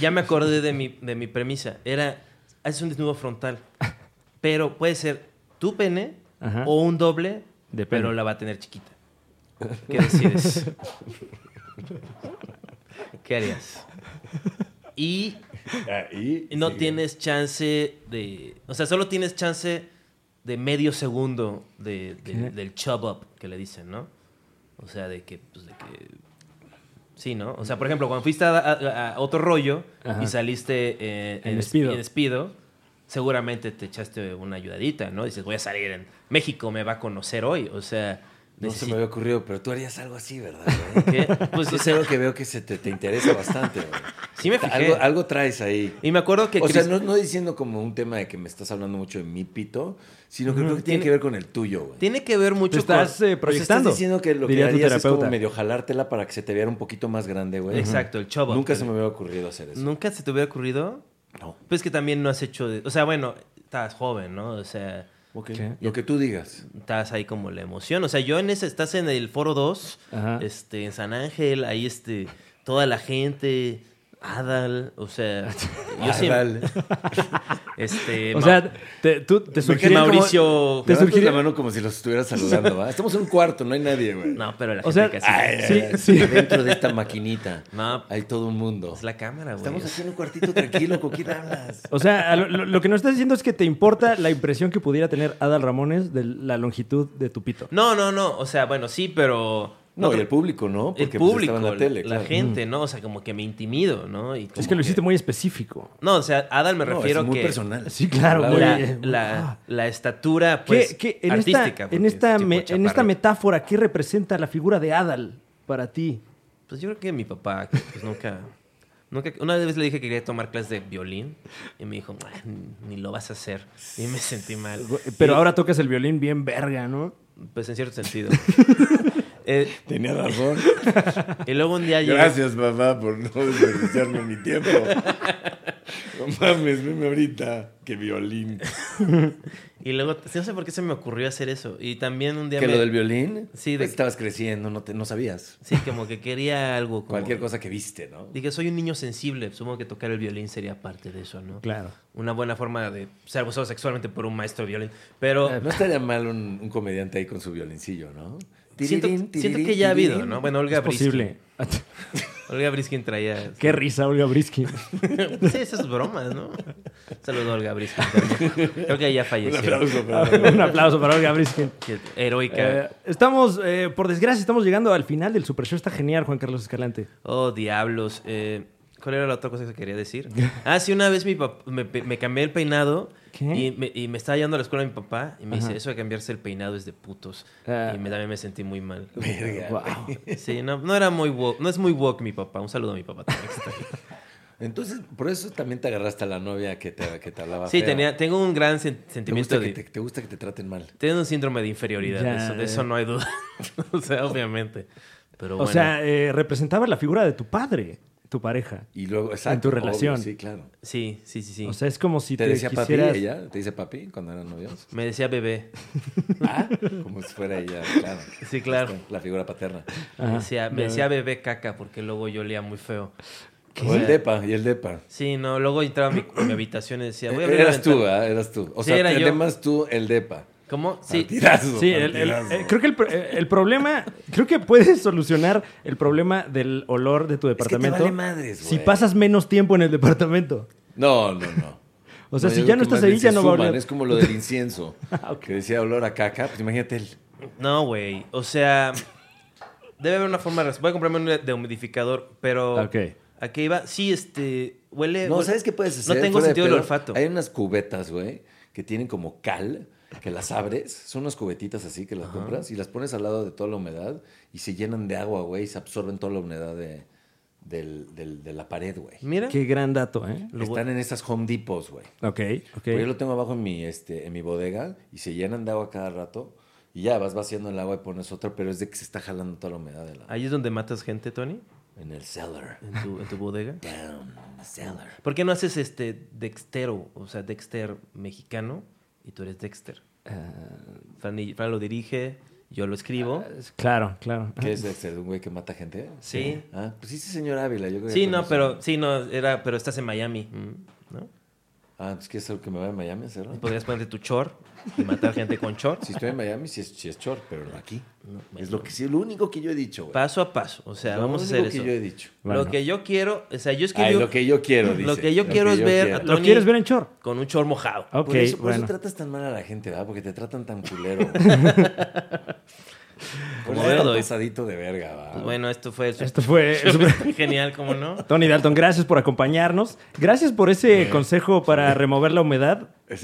Ya me acordé de mi, de mi premisa. Era, haces un desnudo frontal, pero puede ser tu pene Ajá. o un doble, De pene. pero la va a tener chiquita. ¿Qué decides? ¿Qué harías? Y Ahí, no sí. tienes chance de. O sea, solo tienes chance de medio segundo de- de- ¿Qué? del chub up que le dicen, ¿no? O sea, de que, pues, de que. Sí, ¿no? O sea, por ejemplo, cuando fuiste a, a- a otro rollo Ajá. y saliste eh, En en, Speedo. despido. seguramente te echaste una ayudadita, ¿no? Dices, voy a salir en México, me va a conocer hoy. O sea, No se necesi- me había ocurrido, pero tú harías algo así, ¿verdad? ¿Qué? Pues, o es sea, algo que veo que se te, te interesa bastante. güey. sí me fijé. Algo, algo traes ahí. Y me acuerdo que o sea, Chris- no, no diciendo como un tema de que me estás hablando mucho de mi pito, sino que creo que tiene Tiene- que ver con el tuyo, güey. tiene que ver mucho Te estás O eh, sea, estás proyectando. diciendo que lo que diría tu harías es como terapeuta. medio jalártela para que se te viera un poquito más grande, güey. Exacto, el chavo. Nunca se me había ocurrido hacer eso. ¿Nunca se te hubiera ocurrido? No. Pues que también no has hecho... de- O sea, bueno, estás joven, ¿no? O sea, Ok. ¿Qué? Lo que tú digas. estás ahí como la emoción. O sea, yo en ese... Estás en el Foro 2, Ajá. este, en San Ángel, ahí este... Toda la gente... Adal, o sea, Ah, yo siempre, Ándale. Eh, este, O Ma- sea, te, tú te surgiría como- Mauricio, te Te surgiría- la mano como si los estuvieras saludando, ¿va? Estamos en un cuarto, no hay nadie, güey. no, pero la gente O sea, que hace- Ay, Sí, ay, sí. Dentro de esta maquinita No. hay todo un mundo. es la cámara, güey. Estamos aquí en un cuartito tranquilo, ¿con quién hablas? O sea, a lo, lo- lo que nos estás diciendo es que te importa la impresión que pudiera tener Adal Ramones de la longitud de tu pito. No, no, no, o sea, bueno, sí, pero No, te- y el público, ¿no? el Porque, pues, público, estaba en la, la tele, claro. gente, ¿no? O sea, como que me intimido, ¿no? Y Es como que lo hiciste muy específico. No, o sea, Adal me No, es refiero muy que personal. Sí, claro, La- muy- la, eh, ah. la- la estatura ¿Qué- pues, qué- en, artística. esta, en, porque esta es tipo me- en esta chaparrito. metáfora, ¿qué representa la figura de Adal para ti? Pues yo creo que mi papá, que, pues nunca... Nunca, una vez le dije que quería tomar clases de violín y me dijo, "Ah, ni lo vas a hacer. Y me sentí mal. Eh, Pero Y, ahora tocas el violín bien verga, ¿no? Pues en cierto sentido. Eh, Tenía razón. y luego un día llegué- Gracias, papá, por no desperdiciarme mi tiempo. No mames, veme ahorita. Qué violín. Y luego, no sé por qué se me ocurrió hacer eso. Y también un día... ¿Que me- lo del violín? Sí, de- Pues Estabas creciendo, no, te, no sabías. Sí, como que quería algo. Como, Cualquier cosa que viste, ¿no? Dije, soy un niño sensible. Supongo que tocar el violín sería parte de eso, ¿no? Claro. Una buena forma de ser abusado sexualmente por un maestro de violín. Pero Ah, No estaría mal un, un comediante ahí con su violincillo, ¿no? siento, Tirirín, siento que tirirín, ya ha habido, tirirín. ¿no? Bueno, Olga es posible. Briskin- Olga Briskin traía... Qué risa, Olga Briskin. sí, esas bromas, ¿no? Saludo a Olga Briskin. también. Creo que ya Un falleció. aplauso para Un aplauso para Olga Briskin. Que- Heroica. Eh, estamos, eh, por desgracia, estamos llegando al final del Super Show. Está genial, Juan Carlos Escalante. Oh, diablos. Eh, ¿Cuál era la otra cosa que quería decir? Ah, sí, una vez mi pap- me, pe- me cambié el peinado ¿Qué? Y, me, y me estaba llevando a la escuela mi papá y me Ajá. dice, eso de cambiarse el peinado es de putos. Ah. Y me, también me sentí muy mal. Wow. Sí, no, no era muy woke, no es muy woke mi papá. Un saludo a mi papá también. que está aquí. Entonces, por eso también te agarraste a la novia que te, que te hablaba Sí, feo. tenía, tengo un gran sen- Te gusta, sentimiento que de... te, te gusta que te traten mal. Tengo un síndrome de inferioridad, Ya, de eso, de eh. eso no hay duda. o sea, obviamente. Pero O bueno. sea, eh, representaba la figura de tu padre, tu pareja. Y luego, exacto. tu relación. obvio, sí, claro. sí, sí, sí, sí. O sea, es como si ¿Te, te, decía quisieras... papi ella? ¿Te dice papi cuando eran novios? me decía bebé. Ah, como si fuera ella, claro. Este, Sí, claro. La figura paterna. Ajá. Me decía, me ah, Ya decía bebé caca porque luego yo olía muy feo. O el depa, y el depa. Sí, no, luego entraba a mi, a mi habitación y decía, voy a abrir la Eras tú, ventana". ¿ah? Eras tú. O Sí, sea, era yo. además tú el depa. ¿Cómo? Sí. Tirazo. Sí, el- el- eh, creo que el, pro- eh, el problema, creo que puedes solucionar el problema del olor de tu departamento vale madres, si güey. pasas menos tiempo en el departamento. No, no, no. O sea, yo si ya creo no que estás más ahí, bien ya se no va a suman. oler. Es como lo del incienso. Ah, ok. Que decía olor a caca. Pues imagínate él. No, güey. O sea, debe haber una forma de... Voy a comprarme un de humidificador, pero... Ok. ¿A qué iba? Sí, este... Huele... No, huele- ¿sabes qué puedes hacer? No tengo Fuera de sentido del pedo, olfato. Hay unas cubetas, güey, que tienen como cal, que las abres. Son unas cubetitas así que las compras y las pones al lado de toda la humedad y se llenan de agua, güey, y se absorben toda la humedad de, del- del- de la pared, güey. Mira. Qué gran dato, ¿eh? Lo voy- Están en esas Home Depots, güey. Ok, ok. Pues yo lo tengo abajo en mi, este, en mi bodega y se llenan de agua cada rato. Y ya vas vaciando el agua y pones otra, pero es de que se está jalando toda la humedad de la- Ahí es donde matas gente, Tony. en el cellar. En tu, en tu bodega. Down in the cellar. ¿Por qué no haces este Dextero? O sea, Dexter mexicano y tú eres Dexter. Ah, Fran, y- Fran lo dirige, yo lo escribo. Ah, Claro, claro. ¿Qué es Dexter? ¿De un güey que mata gente? Sí. Ah, pues sí, sí, señor Ávila. Yo creo que Sí, ya no, conoce. pero sí, no, era, pero estás en Miami, mm, ¿no? Ah, pues ¿quieres hacer que me vaya a Miami a hacerlo? Podrías ponerte tu chor y matar gente con chor. Si estoy en Miami, si es, sí es short, pero no aquí. es lo que sí, lo único que yo he dicho, güey. Paso a paso. O sea, Lo vamos a único hacer que eso. yo he dicho. Bueno. Lo que yo quiero, o sea, yo es que Ay, yo- lo que yo quiero, dice. lo que yo quiero es ver a quiero. to- ¿Lo Tony- quieres ver en short? con un chor mojado. Ok, Por, eso, por eso bueno. tratas tan mal a la gente, ¿verdad? Porque te tratan tan culero. Como Como Verdo. verdo. Pasadito de verga, ¿verdad? Pues bueno, esto fue el Esto fue... genial, ¿cómo no? Tony Dalton, gracias por acompañarnos. Gracias por ese consejo para remover la humedad. ¿eh?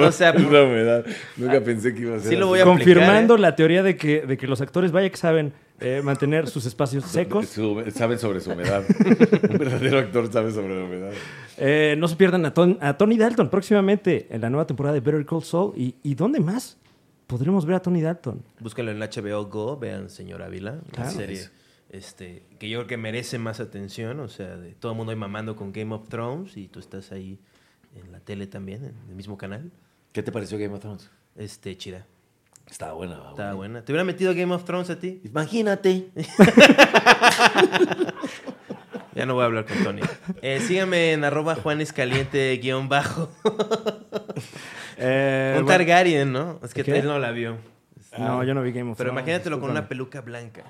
O sea, es la humedad. Nunca pensé que iba a ser. sí lo así. voy a aplicar, Confirmando la teoría de que, de que los actores vaya que saben eh, mantener sus espacios secos. Su- saben sobre su humedad. Un verdadero actor sabe sobre la humedad. Eh, no se pierdan a, Ton- a Tony Dalton próximamente en la nueva temporada de Better Call Saul. ¿Y, y dónde más podremos ver a Tony Dalton? Búsquenlo en HBO Go, vean Señor Ávila, Claro. una serie este, que yo creo que merece más atención, o sea, de, todo el mundo ahí mamando con Game of Thrones y tú estás ahí en la tele también, en el mismo canal. ¿Qué te pareció Game of Thrones? Este, chida, Estaba buena, ¿verdad? estaba buena. ¿Te hubiera metido Game of Thrones a ti? Imagínate. Ya no voy a hablar con Tony. Eh, sígame en arroba juanescaliente guión bajo. Eh, Un bueno, Targaryen, ¿no? Es que ¿Qué? él no la vio. no, yo no vi Game of Pero Thrones, imagínatelo con una discúlpame. peluca blanca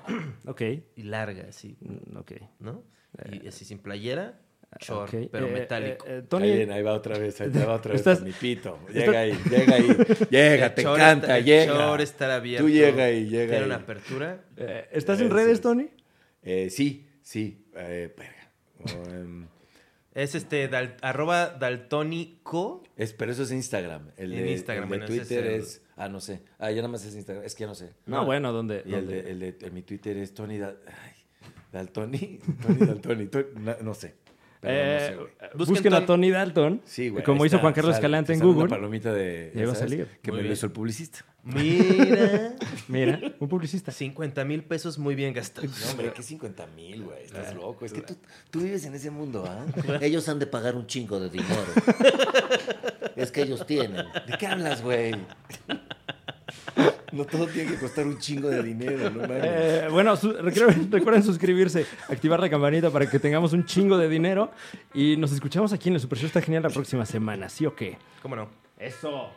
Ok. y larga, así, mm, ok. ¿no? Eh, Y así sin playera, ah, short, Ok, pero eh, metálico. eh, eh, Ahí, Tony, viene, ahí va otra vez, ahí va otra vez. Estás- con mi pito. estás- Llega ahí, llega ahí. eh, Llega, te chor encanta, está- el llega. chor estará abierto. Tú llega y llega Tiene ahí. una apertura. eh, ¿estás en Eh, redes, sí. Tony? Eh, sí, sí. Eh, verga. Oh, em, Es este, dal- arroba daltónico. es, pero eso es Instagram. El En de, Instagram, el de bueno, ese es Twitter el- es. Ah, no sé. Ah, ya nada más es Instagram. Es que ya no sé. No, bueno, donde... Y el donde- de, el de- el- mi Twitter es Tony Dal... ay, Daltoni. Tony Daltoni. Tony- na- no sé. Perdón, Eh, no sé, güey. Busquen busquen a Tony- Tony Dalton. Sí, güey. Como ahí hizo está, Juan Carlos sale, Escalante te en sale Google. Una palomita de. Ya iba a ¿sabes? salir. Que Muy me lo bien. hizo el publicista. Mira. Mira, un publicista. 50 mil pesos muy bien gastados. No, hombre, que 50 mil, güey. Estás loco. Es que tú, tú vives en ese mundo, ¿ah? Ellos han de pagar un chingo de dinero. es que ellos tienen. ¿De qué hablas, güey? No todo tiene que costar un chingo de dinero, no mames. Eh, bueno, su- recuerden, recuerden suscribirse, activar la campanita para que tengamos un chingo de dinero. Y nos escuchamos aquí en el Super Show. Está genial la próxima semana, ¿sí o qué? ¿Cómo no? Eso.